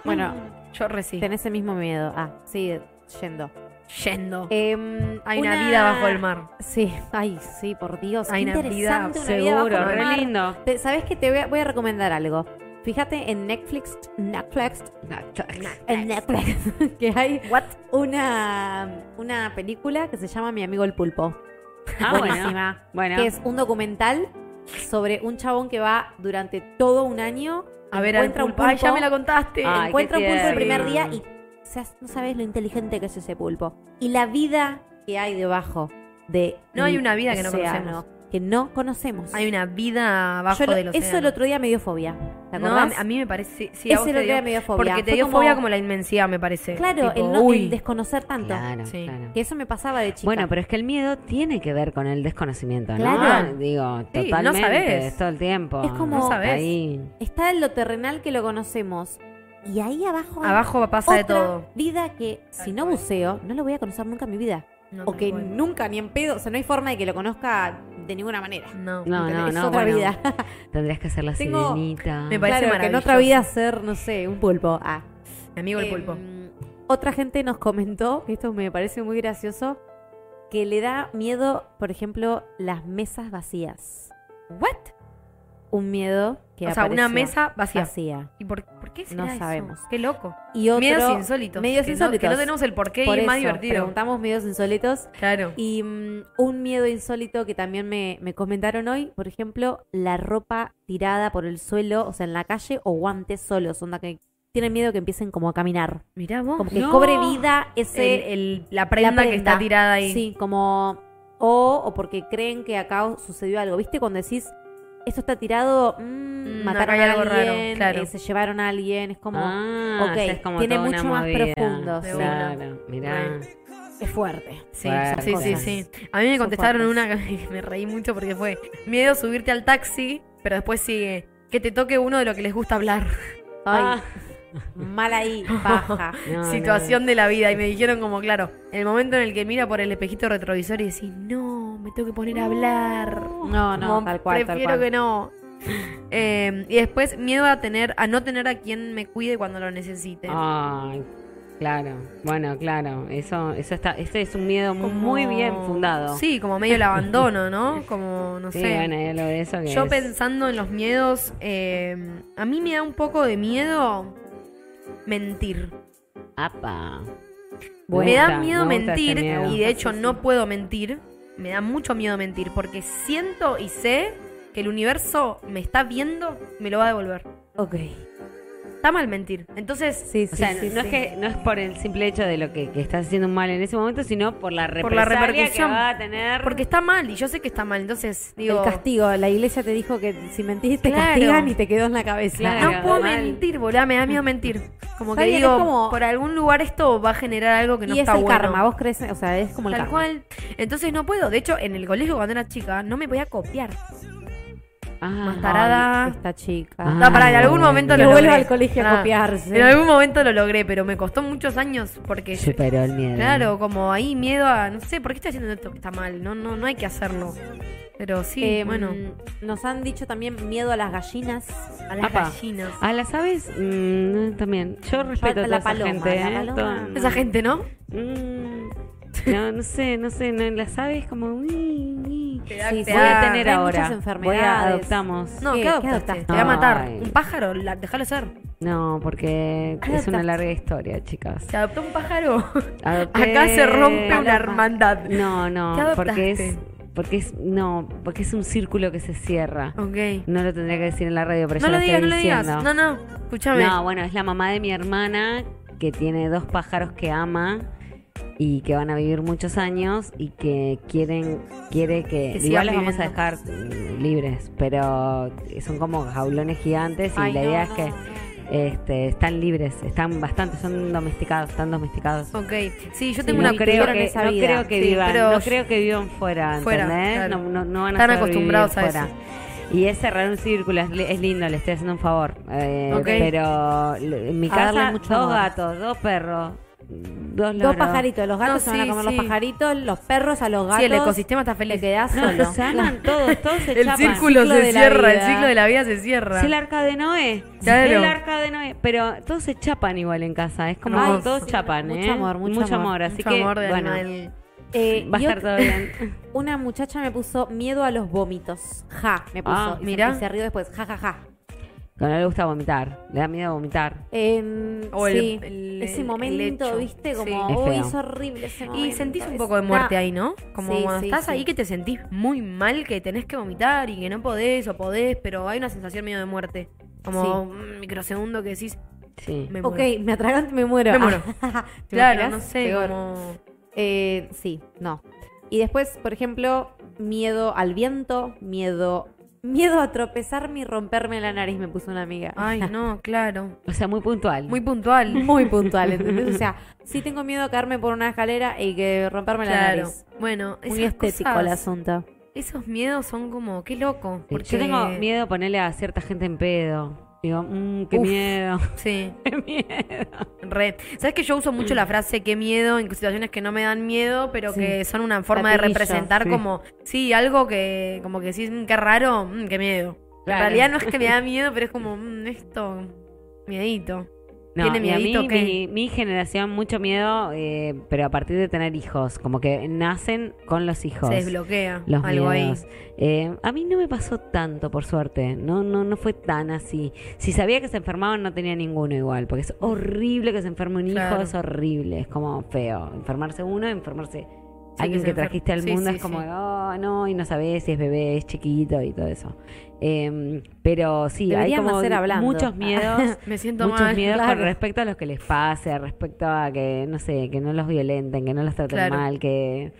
S3: Bueno,
S4: Yo recién.
S3: tenés ese mismo miedo. Ah, sí, yendo.
S2: eh,
S4: Yendo.
S3: Em,
S4: Hay
S3: una-
S4: una vida bajo el mar.
S3: Sí, ay, sí, por Dios.
S4: Hay
S3: qué
S4: una vida,
S3: interesante, una vida
S2: Seguro,
S3: bajo el
S2: re
S3: mar.
S2: lindo.
S3: Te- ¿Sabés que te voy a, voy a recomendar algo? Fíjate en Netflix, Netflix, en Netflix, *laughs* que hay una, una película que se llama Mi amigo el pulpo.
S2: Ah, bueno.
S3: Buenísima.
S2: Bueno,
S3: Que es un documental sobre un chabón que va durante todo un año,
S4: A ver,
S3: encuentra
S4: al
S3: un
S4: pulpo. Ay, ya
S3: pulpo.
S4: me la contaste.
S2: Ay, qué
S3: encuentra un pulpo el
S2: tierno.
S3: primer día y o sea, no sabes lo inteligente que es ese pulpo. Y la vida que hay debajo de
S4: No hay una vida que no
S3: océano, Que no conocemos.
S4: Hay una vida bajo
S3: Yo lo-
S4: del océano.
S3: Eso el otro día me dio fobia. ¿Te
S4: No, a,
S3: acordás?
S4: a mí me parece. Sí, a
S3: Ese
S4: vos
S3: el
S4: te
S3: otro día
S4: dio-
S3: me dio fobia.
S4: Porque te
S3: Fue
S4: dio
S3: como-
S4: fobia como la inmensidad, me parece.
S3: Claro,
S4: Tipo,
S3: el, no,
S4: uy.
S3: el desconocer tanto.
S2: claro,
S4: Sí.
S2: claro.
S3: Que eso me pasaba de chica.
S2: Bueno, pero es que el miedo tiene que ver con el desconocimiento, ¿no?
S3: Claro.
S2: Digo,
S4: Sí, no
S2: totalmente,
S4: sabés.
S2: todo el tiempo.
S3: Es como-
S4: No sabés.
S2: Ahí.
S3: Está en lo terrenal que lo conocemos. Y ahí abajo hay
S4: Abajo pasa de
S3: otra
S4: todo.
S3: vida que si no buceo, no lo voy a conocer nunca en mi vida.
S4: No,
S3: o que
S4: tal cual.
S3: nunca, ni en pedo. O sea, no hay forma de que lo conozca de ninguna manera.
S4: No.
S2: No,
S3: ¿Entendés?
S2: no,
S3: es
S2: no,
S3: otra
S2: bueno.
S3: vida.
S2: Tendrías que hacer la
S3: Tengo-
S2: sirenita.
S4: Me parece
S3: claro, que en otra
S4: maravilloso.
S3: vida ser, no sé, un pulpo. Ah.
S4: Mi amigo el pulpo.
S3: Em, otra gente nos comentó, que esto me parece muy gracioso, que le da miedo, por ejemplo, las mesas vacías.
S4: ¿What?
S3: Un miedo que
S4: O sea, una
S3: apareció
S4: mesa vacía.
S3: vacía.
S4: ¿Y por, por qué será
S3: No
S4: eso?
S3: sabemos.
S4: Qué loco.
S3: Y otro,
S4: Miedos insólitos.
S3: Medios
S4: que No, que
S3: insólitos.
S4: no tenemos el porqué y
S3: por
S4: es más
S3: eso,
S4: divertido.
S3: Preguntamos medios insólitos.
S4: Claro.
S3: Y mm, un miedo insólito que también me, me comentaron hoy, por ejemplo, la ropa tirada por el suelo, o sea, en la calle, o guantes solos, onda que tienen miedo que empiecen como a caminar.
S4: Mirá vos.
S3: Como que
S2: No.
S3: cobre vida ese,
S4: Oh, El- el- la, prenda que
S3: prenda.
S4: está tirada ahí.
S3: Sí, como. O, o porque creen que acá sucedió algo. ¿Viste? Cuando decís, esto está tirado, mm,
S4: Mm, acá
S3: mataron
S4: hay
S3: a
S4: algo raro,
S3: alguien,
S4: claro.
S3: eh, se llevaron a alguien. Es como.
S2: Ah,
S3: ok,
S2: o sea, es como
S3: tiene
S2: toda una
S3: mucho más
S2: movida.
S3: profundo,
S4: sí.
S2: Claro, mirá.
S3: Es fuerte.
S4: Sí,
S2: Fuertes.
S4: sí, sí, sí. A mí me
S3: Son
S4: contestaron
S3: fuertes.
S4: una que me *laughs* reí mucho porque fue miedo subirte al taxi, pero después sigue que te toque uno de lo que les gusta hablar. Ah.
S3: Ay, *laughs* mal
S4: *laughs*
S3: ahí, baja.
S2: No, no.
S4: Situación de la vida. Y me dijeron como, claro, el momento en el que mira por el espejito retrovisor y decís, no, me tengo que poner a hablar.
S3: No, no,
S4: Como,
S3: tal cual, tal
S4: Prefiero
S3: cual.
S4: que no. Eh, y después miedo a tener, a no tener a quien me cuide cuando lo necesite.
S2: Ah, Ay, claro. Bueno, claro. Eso, eso está, este es un miedo
S4: Como-
S2: muy bien fundado.
S4: Sí, como medio el abandono,
S2: *laughs*
S4: ¿no? Como, no
S2: Sí,
S4: sé.
S2: bueno, hay algo de eso que
S4: Yo
S2: es-
S4: pensando en los miedos, eh, a mí me da un poco de miedo mentir.
S2: Apa.
S4: me da
S2: gusta,
S4: miedo
S2: me gusta ese
S4: mentir
S2: miedo.
S4: y de hecho no puedo mentir. Me da mucho miedo mentir porque siento y sé que el universo me está viendo, me lo va a devolver.
S3: Ok.
S4: Está mal mentir. Entonces,
S3: Sí, sí,
S2: O sea,
S3: sí,
S2: no,
S3: sí.
S2: Es que, no es por el simple hecho de lo que, que estás haciendo un mal en ese momento, sino por la
S4: Por la
S2: represalia que
S4: repercusión.
S2: va a tener.
S4: porque está mal y yo sé que está mal. Entonces, digo,
S3: El castigo. La iglesia te dijo que si mentís te
S4: Claro.
S3: castigan y te quedó en la cabeza.
S2: Claro.
S4: no puedo
S2: mal.
S4: mentir, boludo, me da miedo mentir. Como que
S3: Está bien,
S4: digo,
S3: es como-
S4: por algún lugar esto va a generar algo que no
S3: y es
S4: está
S3: el
S4: bueno.
S3: karma. Vos crees, o sea, es como el
S4: Tal
S3: karma.
S4: cual. Entonces no puedo. De hecho, en el colegio cuando era chica no me podía copiar.
S2: Ah,
S4: más tarde.
S3: Ay,
S4: Tarada.
S3: esta chica.
S2: Ah,
S4: no, pará, en algún
S2: bueno.
S4: momento
S3: que
S4: lo logré.
S3: vuelva al colegio a
S4: Ah, En
S3: copiarse.
S4: algún momento lo logré, pero me costó muchos años porque
S2: superó el miedo.
S4: claro, como ahí miedo a no sé, ¿por qué estoy haciendo esto que está mal? No, no, no hay que hacerlo. Pero sí,
S3: Eh,
S4: bueno,
S3: Nos han dicho también miedo a las gallinas.
S4: a las
S2: apa.
S4: gallinas.
S2: A las aves, mm, también. Yo respeto a
S3: la
S2: toda esa
S3: paloma,
S2: gente.
S3: la
S2: ¿eh?
S3: paloma.
S2: Toda-
S4: Esa gente, ¿no?
S2: Mm, no, no sé, no sé. No, las aves como... uy, uy.
S4: Te da-
S3: Sí,
S4: te
S3: sí.
S2: Voy a
S4: da-
S2: tener
S3: hay
S2: ahora.
S3: muchas enfermedades.
S2: Voy a adoptamos.
S4: No,
S3: ¿Qué?
S4: ¿qué,
S3: ¿Qué
S4: adoptaste?
S3: adoptaste?
S4: Te va a matar.
S2: Ay.
S4: Un pájaro, la, déjalo ser.
S2: No, porque
S4: ¿Qué
S2: es una
S4: adoptaste?
S2: larga historia, chicas.
S4: ¿Se adoptó un pájaro? *laughs*
S2: Adopté-
S4: Acá se rompe una
S2: Paloma.
S4: hermandad.
S2: No,
S4: ¿Qué
S2: no,
S4: adoptaste?
S2: porque es, porque es, no, porque es un círculo que se cierra.
S4: Ok.
S2: No lo tendría que decir en la radio, pero
S4: Ah. No
S2: ya
S4: lo digas, no lo
S2: lo, estoy
S4: digas. No,
S2: diciendo.
S4: no, escúchame.
S2: No, bueno, es la mamá de mi hermana que tiene dos pájaros que ama y que van a vivir muchos años y que quieren quiere que
S4: Que sigan
S2: igual los vamos a
S4: viviendo.
S2: dejar mm, libres, pero son como jaulones gigantes y
S3: Ay,
S2: la
S3: no,
S2: idea es
S3: no,
S2: que
S3: no.
S2: este, están libres, están bastante, son domesticados, están domesticados.
S4: Ok, sí, yo
S2: Y
S4: tengo
S2: no
S4: una
S2: creo
S3: vivieron
S2: que,
S3: esa
S2: no
S3: vida.
S2: creo que
S4: Sí,
S2: vivan,
S4: pero-
S2: no creo que vivan fuera,
S4: Fuera,
S2: ¿entendés?
S4: claro.
S2: no, no- no van a
S4: Están
S2: sobrevivir
S4: acostumbrados a
S2: fuera.
S4: eso.
S2: Y es cerrar un círculo, es, li- es lindo, le estoy haciendo un favor. Eh,
S4: Ok.
S2: Pero le- en mi
S3: A
S2: casa,
S3: darle mucho
S2: dos
S3: amor.
S2: gatos, dos perros, dos
S3: Dos
S2: loros.
S3: pajaritos, los gatos
S4: No,
S3: se van a
S4: sí,
S3: comer
S4: sí.
S3: los pajaritos, los perros a los gatos.
S4: Sí, el ecosistema está feliz.
S3: Te quedás
S2: No,
S3: solo.
S4: *laughs*
S2: se aman todos, todos se
S4: El
S2: chapan.
S4: círculo
S3: ciclo
S4: se
S3: de la
S4: cierra, el
S3: vida.
S4: ciclo de la vida se cierra.
S2: Es el arca de Noé.
S4: Claro.
S2: El arca de Noé. Pero todos se chapan igual en casa. Es como
S4: Ay,
S2: que todos
S3: sí,
S2: chapan,
S3: mucho
S2: ¿eh?
S3: amor, mucho amor.
S2: Así
S4: Mucho
S2: que,
S4: amor de
S2: bueno,
S4: Anabel.
S3: Eh,
S2: va a
S3: y
S2: estar
S3: otra-
S2: todo bien.
S3: Una muchacha me puso miedo a los vómitos. Ja, me puso.
S2: Ah,
S3: y se-
S4: mirá.
S3: y se rió después. Ja, ja, ja.
S2: Cuando no le gusta vomitar. Le da miedo vomitar.
S3: Eh,
S4: O el-
S3: sí,
S4: el-
S3: ese
S4: el
S3: momento,
S4: hecho.
S3: viste,
S2: Sí.
S3: como,
S2: Es
S3: uy,
S2: feo.
S3: es horrible ese momento.
S4: Y sentís un poco de muerte ahí, ¿no? Como
S3: Sí,
S4: cuando
S3: sí,
S4: estás
S3: sí.
S4: ahí que te sentís muy mal, que tenés que vomitar y que no podés o podés, pero hay una sensación medio de muerte. Como un microsegundo que decís,
S2: Sí.
S4: me
S3: Ok,
S4: muero.
S3: me atraganto y me muero.
S4: Me muero.
S3: *laughs* ¿Te
S4: Claro,
S3: imaginas?
S4: no sé,
S3: Peor.
S4: como...
S3: Eh, sí, no. Y después, por ejemplo, miedo al viento, miedo... Miedo a tropezarme y romperme la nariz, me puso una amiga.
S4: Ay, no, claro.
S2: O sea, muy puntual.
S4: Muy puntual.
S3: *laughs* Muy puntual, ¿entendés? O sea, sí tengo miedo a caerme por una escalera y que romperme la
S4: Claro.
S3: nariz.
S4: Bueno,
S3: Muy
S4: esas
S3: estético
S4: cosas-
S3: el asunto.
S4: Esos miedos son como, qué loco.
S2: Sí,
S4: Porque...
S2: Yo tengo miedo a ponerle a cierta gente en pedo. Digo, mmm, qué
S4: Uf.
S2: miedo. *laughs*
S4: Sí,
S2: Qué miedo.
S4: re. Sabes que yo uso mucho la frase qué miedo en situaciones que no me dan miedo, pero
S3: Sí.
S4: que son una forma de
S3: Gatillo,
S4: representar
S2: sí.
S4: como, sí, algo que como que decís, "Mm, qué raro, mm, qué miedo.
S2: Claro.
S4: En realidad no es que me
S2: *laughs*
S4: da miedo, pero es como, "Mm, esto, miedito.
S2: No,
S4: ¿Tiene
S2: y a
S4: miedito
S2: mí,
S4: o qué?
S2: mi, mi generación, mucho miedo, eh, pero a partir de tener hijos. Como que nacen con los hijos.
S4: Se desbloquea
S2: los
S4: algo
S2: miedos. Eh, a mí no me pasó tanto, por suerte. No, no, no fue tan así. Si sabía que se enfermaban, no tenía ninguno igual, porque es horrible que se enferme un
S4: Claro.
S2: hijo, es horrible, es como feo. Enfermarse uno, enfermarse
S4: que
S2: alguien
S4: se
S2: que
S4: enfer-
S2: trajiste al
S4: Sí,
S2: mundo,
S4: sí,
S2: es como,
S4: sí.
S2: oh, no, y no sabés si es bebé, es chiquito y todo eso. Eh, pero sí,
S3: Deberíamos
S2: hay como
S3: ser hablando.
S2: muchos
S4: *laughs*
S2: miedos.
S4: ahí. *laughs* Me siento
S2: Muchos
S4: mal.
S2: miedos
S3: claro.
S2: con respecto a los que les pase, respecto a que, no sé, que no los violenten, que no los traten
S4: Claro.
S2: mal, que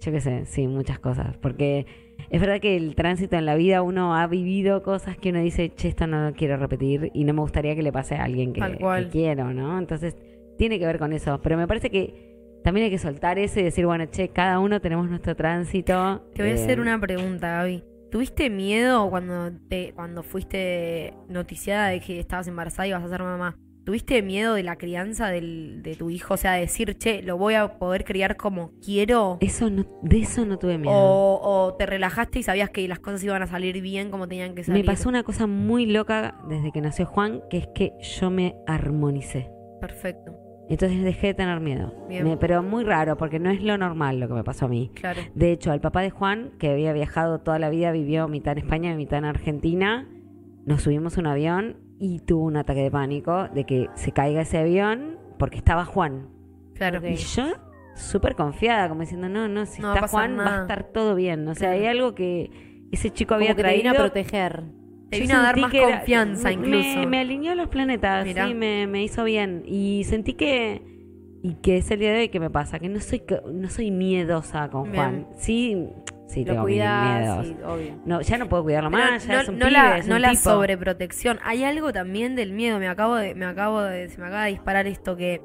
S2: yo qué sé, sí, muchas cosas. Porque es verdad que el tránsito en la vida uno ha vivido cosas que uno dice, che, esto no lo quiero repetir y no me gustaría que le pase a alguien que,
S4: Tal cual.
S2: que quiero, ¿no? Entonces tiene que ver con eso. Pero me parece que también hay que soltar eso y decir, bueno, che, cada uno tenemos nuestro tránsito.
S4: Te voy a
S2: eh,
S4: hacer una pregunta, Gaby. ¿Tuviste miedo cuando te cuando fuiste noticiada de que estabas embarazada y vas a ser mamá? ¿Tuviste miedo de la crianza del, de tu hijo? O sea, decir, che, lo voy a poder criar como quiero.
S2: Eso no, de eso no tuve miedo.
S4: O, o te relajaste y sabías que las cosas iban a salir bien como tenían que
S2: Me
S4: salir.
S2: pasó una cosa muy loca desde que nació Juan, que es que yo me armonicé.
S4: Perfecto,
S2: Entonces dejé de tener miedo.
S4: Bien.
S2: Me- pero muy raro, porque no es lo normal lo que me pasó a mí.
S4: claro.
S2: De hecho, al papá de Juan, que había viajado toda la vida, vivió mitad en España y mitad en Argentina, nos subimos a un avión y tuvo un ataque de pánico de que se caiga ese avión porque estaba Juan.
S4: Claro.
S2: Y yo súper confiada, como diciendo, no, no, si
S4: No va a
S2: está
S4: pasar
S2: Juan va
S4: nada.
S2: a estar todo bien. O sea,
S4: Claro.
S2: hay algo que ese chico
S3: Como
S2: había
S3: que te vino
S2: traído
S3: a proteger.
S4: Te
S2: yo
S4: vino a dar
S2: sentí
S4: más
S2: que era-
S4: confianza
S2: me-
S4: incluso.
S2: Me, alineó los planetas,
S4: Mirá.
S2: sí, me, me hizo bien. Y sentí que. Y que es el día de hoy que me pasa, que no soy co- no soy miedosa con
S4: Bien.
S2: Juan. Sí, sí,
S3: Lo
S2: tengo mis
S3: cuidás,
S2: miedos.
S3: sí, obvio.
S2: No, ya no puedo cuidarlo
S4: Pero
S2: más, ya
S4: no,
S2: es un
S4: no
S2: pibe,
S4: la,
S2: es
S4: no
S2: un
S4: la
S2: tipo.
S4: sobreprotección. Hay algo también del miedo. Me acabo de, me acabo de, se me acaba de disparar esto que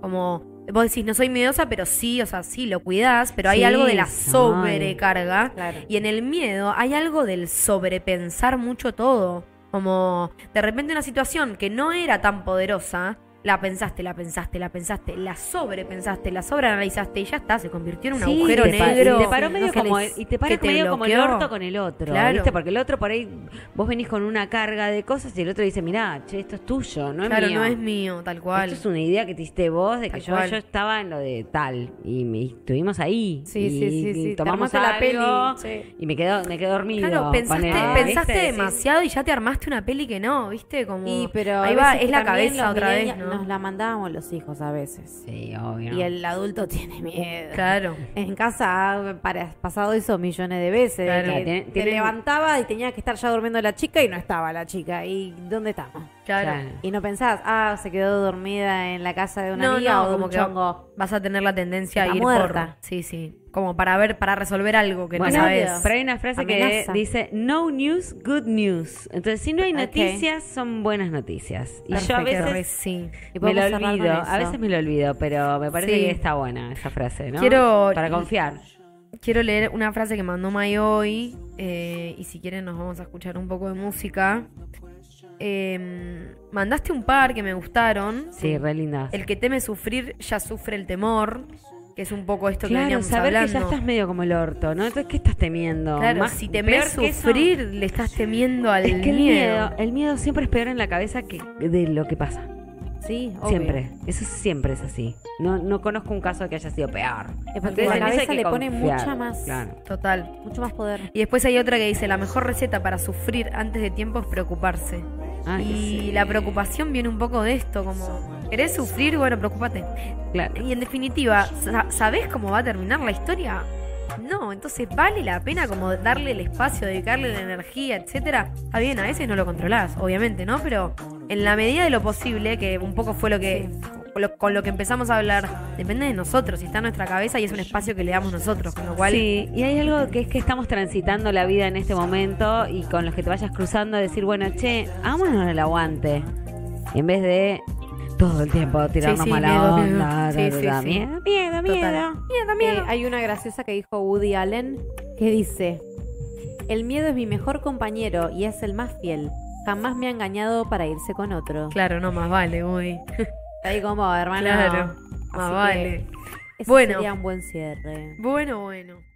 S4: como vos decís, no soy miedosa, pero sí, o sea, sí lo cuidás, pero hay
S2: Sí,
S4: algo de la
S2: soy.
S4: sobrecarga.
S3: Claro.
S4: Y en el miedo hay algo del sobrepensar mucho todo. Como de repente una situación que no era tan poderosa, la pensaste, la pensaste, la pensaste, la sobrepensaste, la sobreanalizaste y ya está, se convirtió en un
S2: Sí,
S4: agujero
S2: te pa-
S4: negro.
S2: y te paró
S4: que
S2: medio
S4: les-
S2: como el- y te paró
S4: que te
S2: medio como el
S4: bloqueó.
S2: orto con el otro,
S4: Claro.
S2: ¿viste? Porque el otro por ahí vos venís con una carga de cosas y el otro dice, "Mirá, che, esto es tuyo,
S3: Ah,
S2: no es
S4: claro,
S2: mío."
S4: no es mío, tal cual.
S2: Esto es una idea que te hiciste vos de que
S4: Tal
S2: yo,
S4: cual.
S2: yo estaba en lo de tal y, me- y estuvimos ahí.
S3: Sí,
S2: y,
S3: sí, sí,
S2: y
S3: sí. te
S2: Tomamos
S3: armaste
S2: algo
S3: la peli. Sí.
S2: y me quedo, me quedo dormido.
S4: Claro, pensaste,
S2: ponele, ¿eh?
S4: pensaste
S2: ¿viste?
S4: demasiado y ya te armaste una peli que no, ¿viste? Como
S3: Y, pero
S4: ahí
S3: a
S4: va,
S3: veces
S4: es la
S3: también
S4: cabeza
S3: los
S4: otra vez,
S3: millennials
S4: ¿no?
S3: Nos la mandábamos los hijos a veces.
S2: Sí, obvio.
S3: Y el adulto *laughs* tiene miedo.
S4: Claro.
S3: En casa ha para, pasado eso millones de veces. de
S4: Claro.
S3: que
S2: Tien-
S3: te
S2: tienen-
S3: levantaba y tenía que estar ya durmiendo la chica y no estaba la chica. ¿Y dónde estamos?
S4: Claro.
S2: Claro.
S3: Y no pensás, ah, se quedó dormida en la casa de una
S4: No,
S3: amiga
S4: no,
S3: o de
S4: como
S3: un
S4: que
S3: chongo.
S4: Vas a tener la tendencia a
S3: Está
S4: ir
S3: muerta.
S4: por. Sí, sí. Como para ver, para resolver algo que
S2: Bueno,
S4: no
S3: obvio.
S4: sabes.
S2: pero hay una frase
S3: Amenaza.
S2: que dice no news, good news. Entonces, si no hay
S3: Ok.
S2: noticias, son buenas noticias. Y yo a
S4: Perfecto, re
S2: veces
S4: sí.
S3: Y
S2: me lo
S3: podemos cerrar con
S2: olvido, a
S3: eso.
S2: veces me lo olvido, pero me parece
S4: Sí.
S2: que está buena esa frase, ¿no?
S4: Quiero-
S2: Para confiar.
S4: quiero leer una frase que mandó May hoy. eh, y si quieren, nos vamos a escuchar un poco de música. Em, mandaste un par que me gustaron.
S2: Sí, re lindas.
S4: El que teme sufrir ya sufre el temor. Que es un poco esto que
S2: Claro,
S4: veníamos
S2: saber
S4: hablando.
S2: que ya estás medio como el orto, ¿no? Entonces, ¿qué estás temiendo?
S4: Claro,
S2: Más-
S4: si
S2: peor
S4: temes
S2: que eso,
S4: sufrir, le estás temiendo al
S2: Es que el
S4: miedo.
S2: miedo, el miedo siempre es peor en la cabeza que de lo que pasa.
S3: Sí, obvio.
S2: Siempre. Eso siempre es así. No, no conozco un caso que haya sido peor.
S3: Es porque
S2: Entonces,
S3: la
S2: en eso hay
S3: cabeza
S2: que
S3: le pone
S2: confiar,
S3: mucha más-
S2: Claro.
S4: Total.
S3: Mucho más poder.
S4: Y después hay otra que dice, la mejor receta para sufrir antes de tiempo es preocuparse.
S2: Ay,
S4: y
S2: sí.
S4: la preocupación viene un poco de esto, como, ¿querés sufrir? Bueno, preocupate.
S2: Claro.
S4: Y en definitiva, sa- ¿sabés cómo va a terminar la historia? No, entonces vale la pena como darle el espacio, dedicarle la energía, etcétera. Está bien, a veces no lo controlás, obviamente, ¿no? Pero en la medida de lo posible, que un poco fue lo que lo- con lo que empezamos a hablar, depende de nosotros, y está en nuestra cabeza y es un espacio que le damos nosotros, con lo cual
S2: Sí, y hay algo que es que estamos transitando la vida en este momento y con los que te vayas cruzando, decir, bueno, che, vámonos al aguante. En vez de todo el tiempo tirarnos
S4: sí,
S2: mala
S4: miedo, miedo.
S2: onda,
S4: Sí, sí,
S2: da, da,
S4: sí.
S2: miedo, miedo,
S4: Total.
S3: Eh,
S2: miedo.
S3: hay una graciosa que dijo Woody Allen que dice: El miedo es mi mejor compañero y es el más fiel. Jamás me ha engañado para irse con otro.
S4: claro, no más vale, uy.
S3: Ahí como, hermano.
S4: Claro,
S3: Así
S2: Ah,
S4: Más
S3: que
S4: vale.
S3: ese
S4: Bueno.
S3: sería un buen cierre.
S4: Bueno, bueno.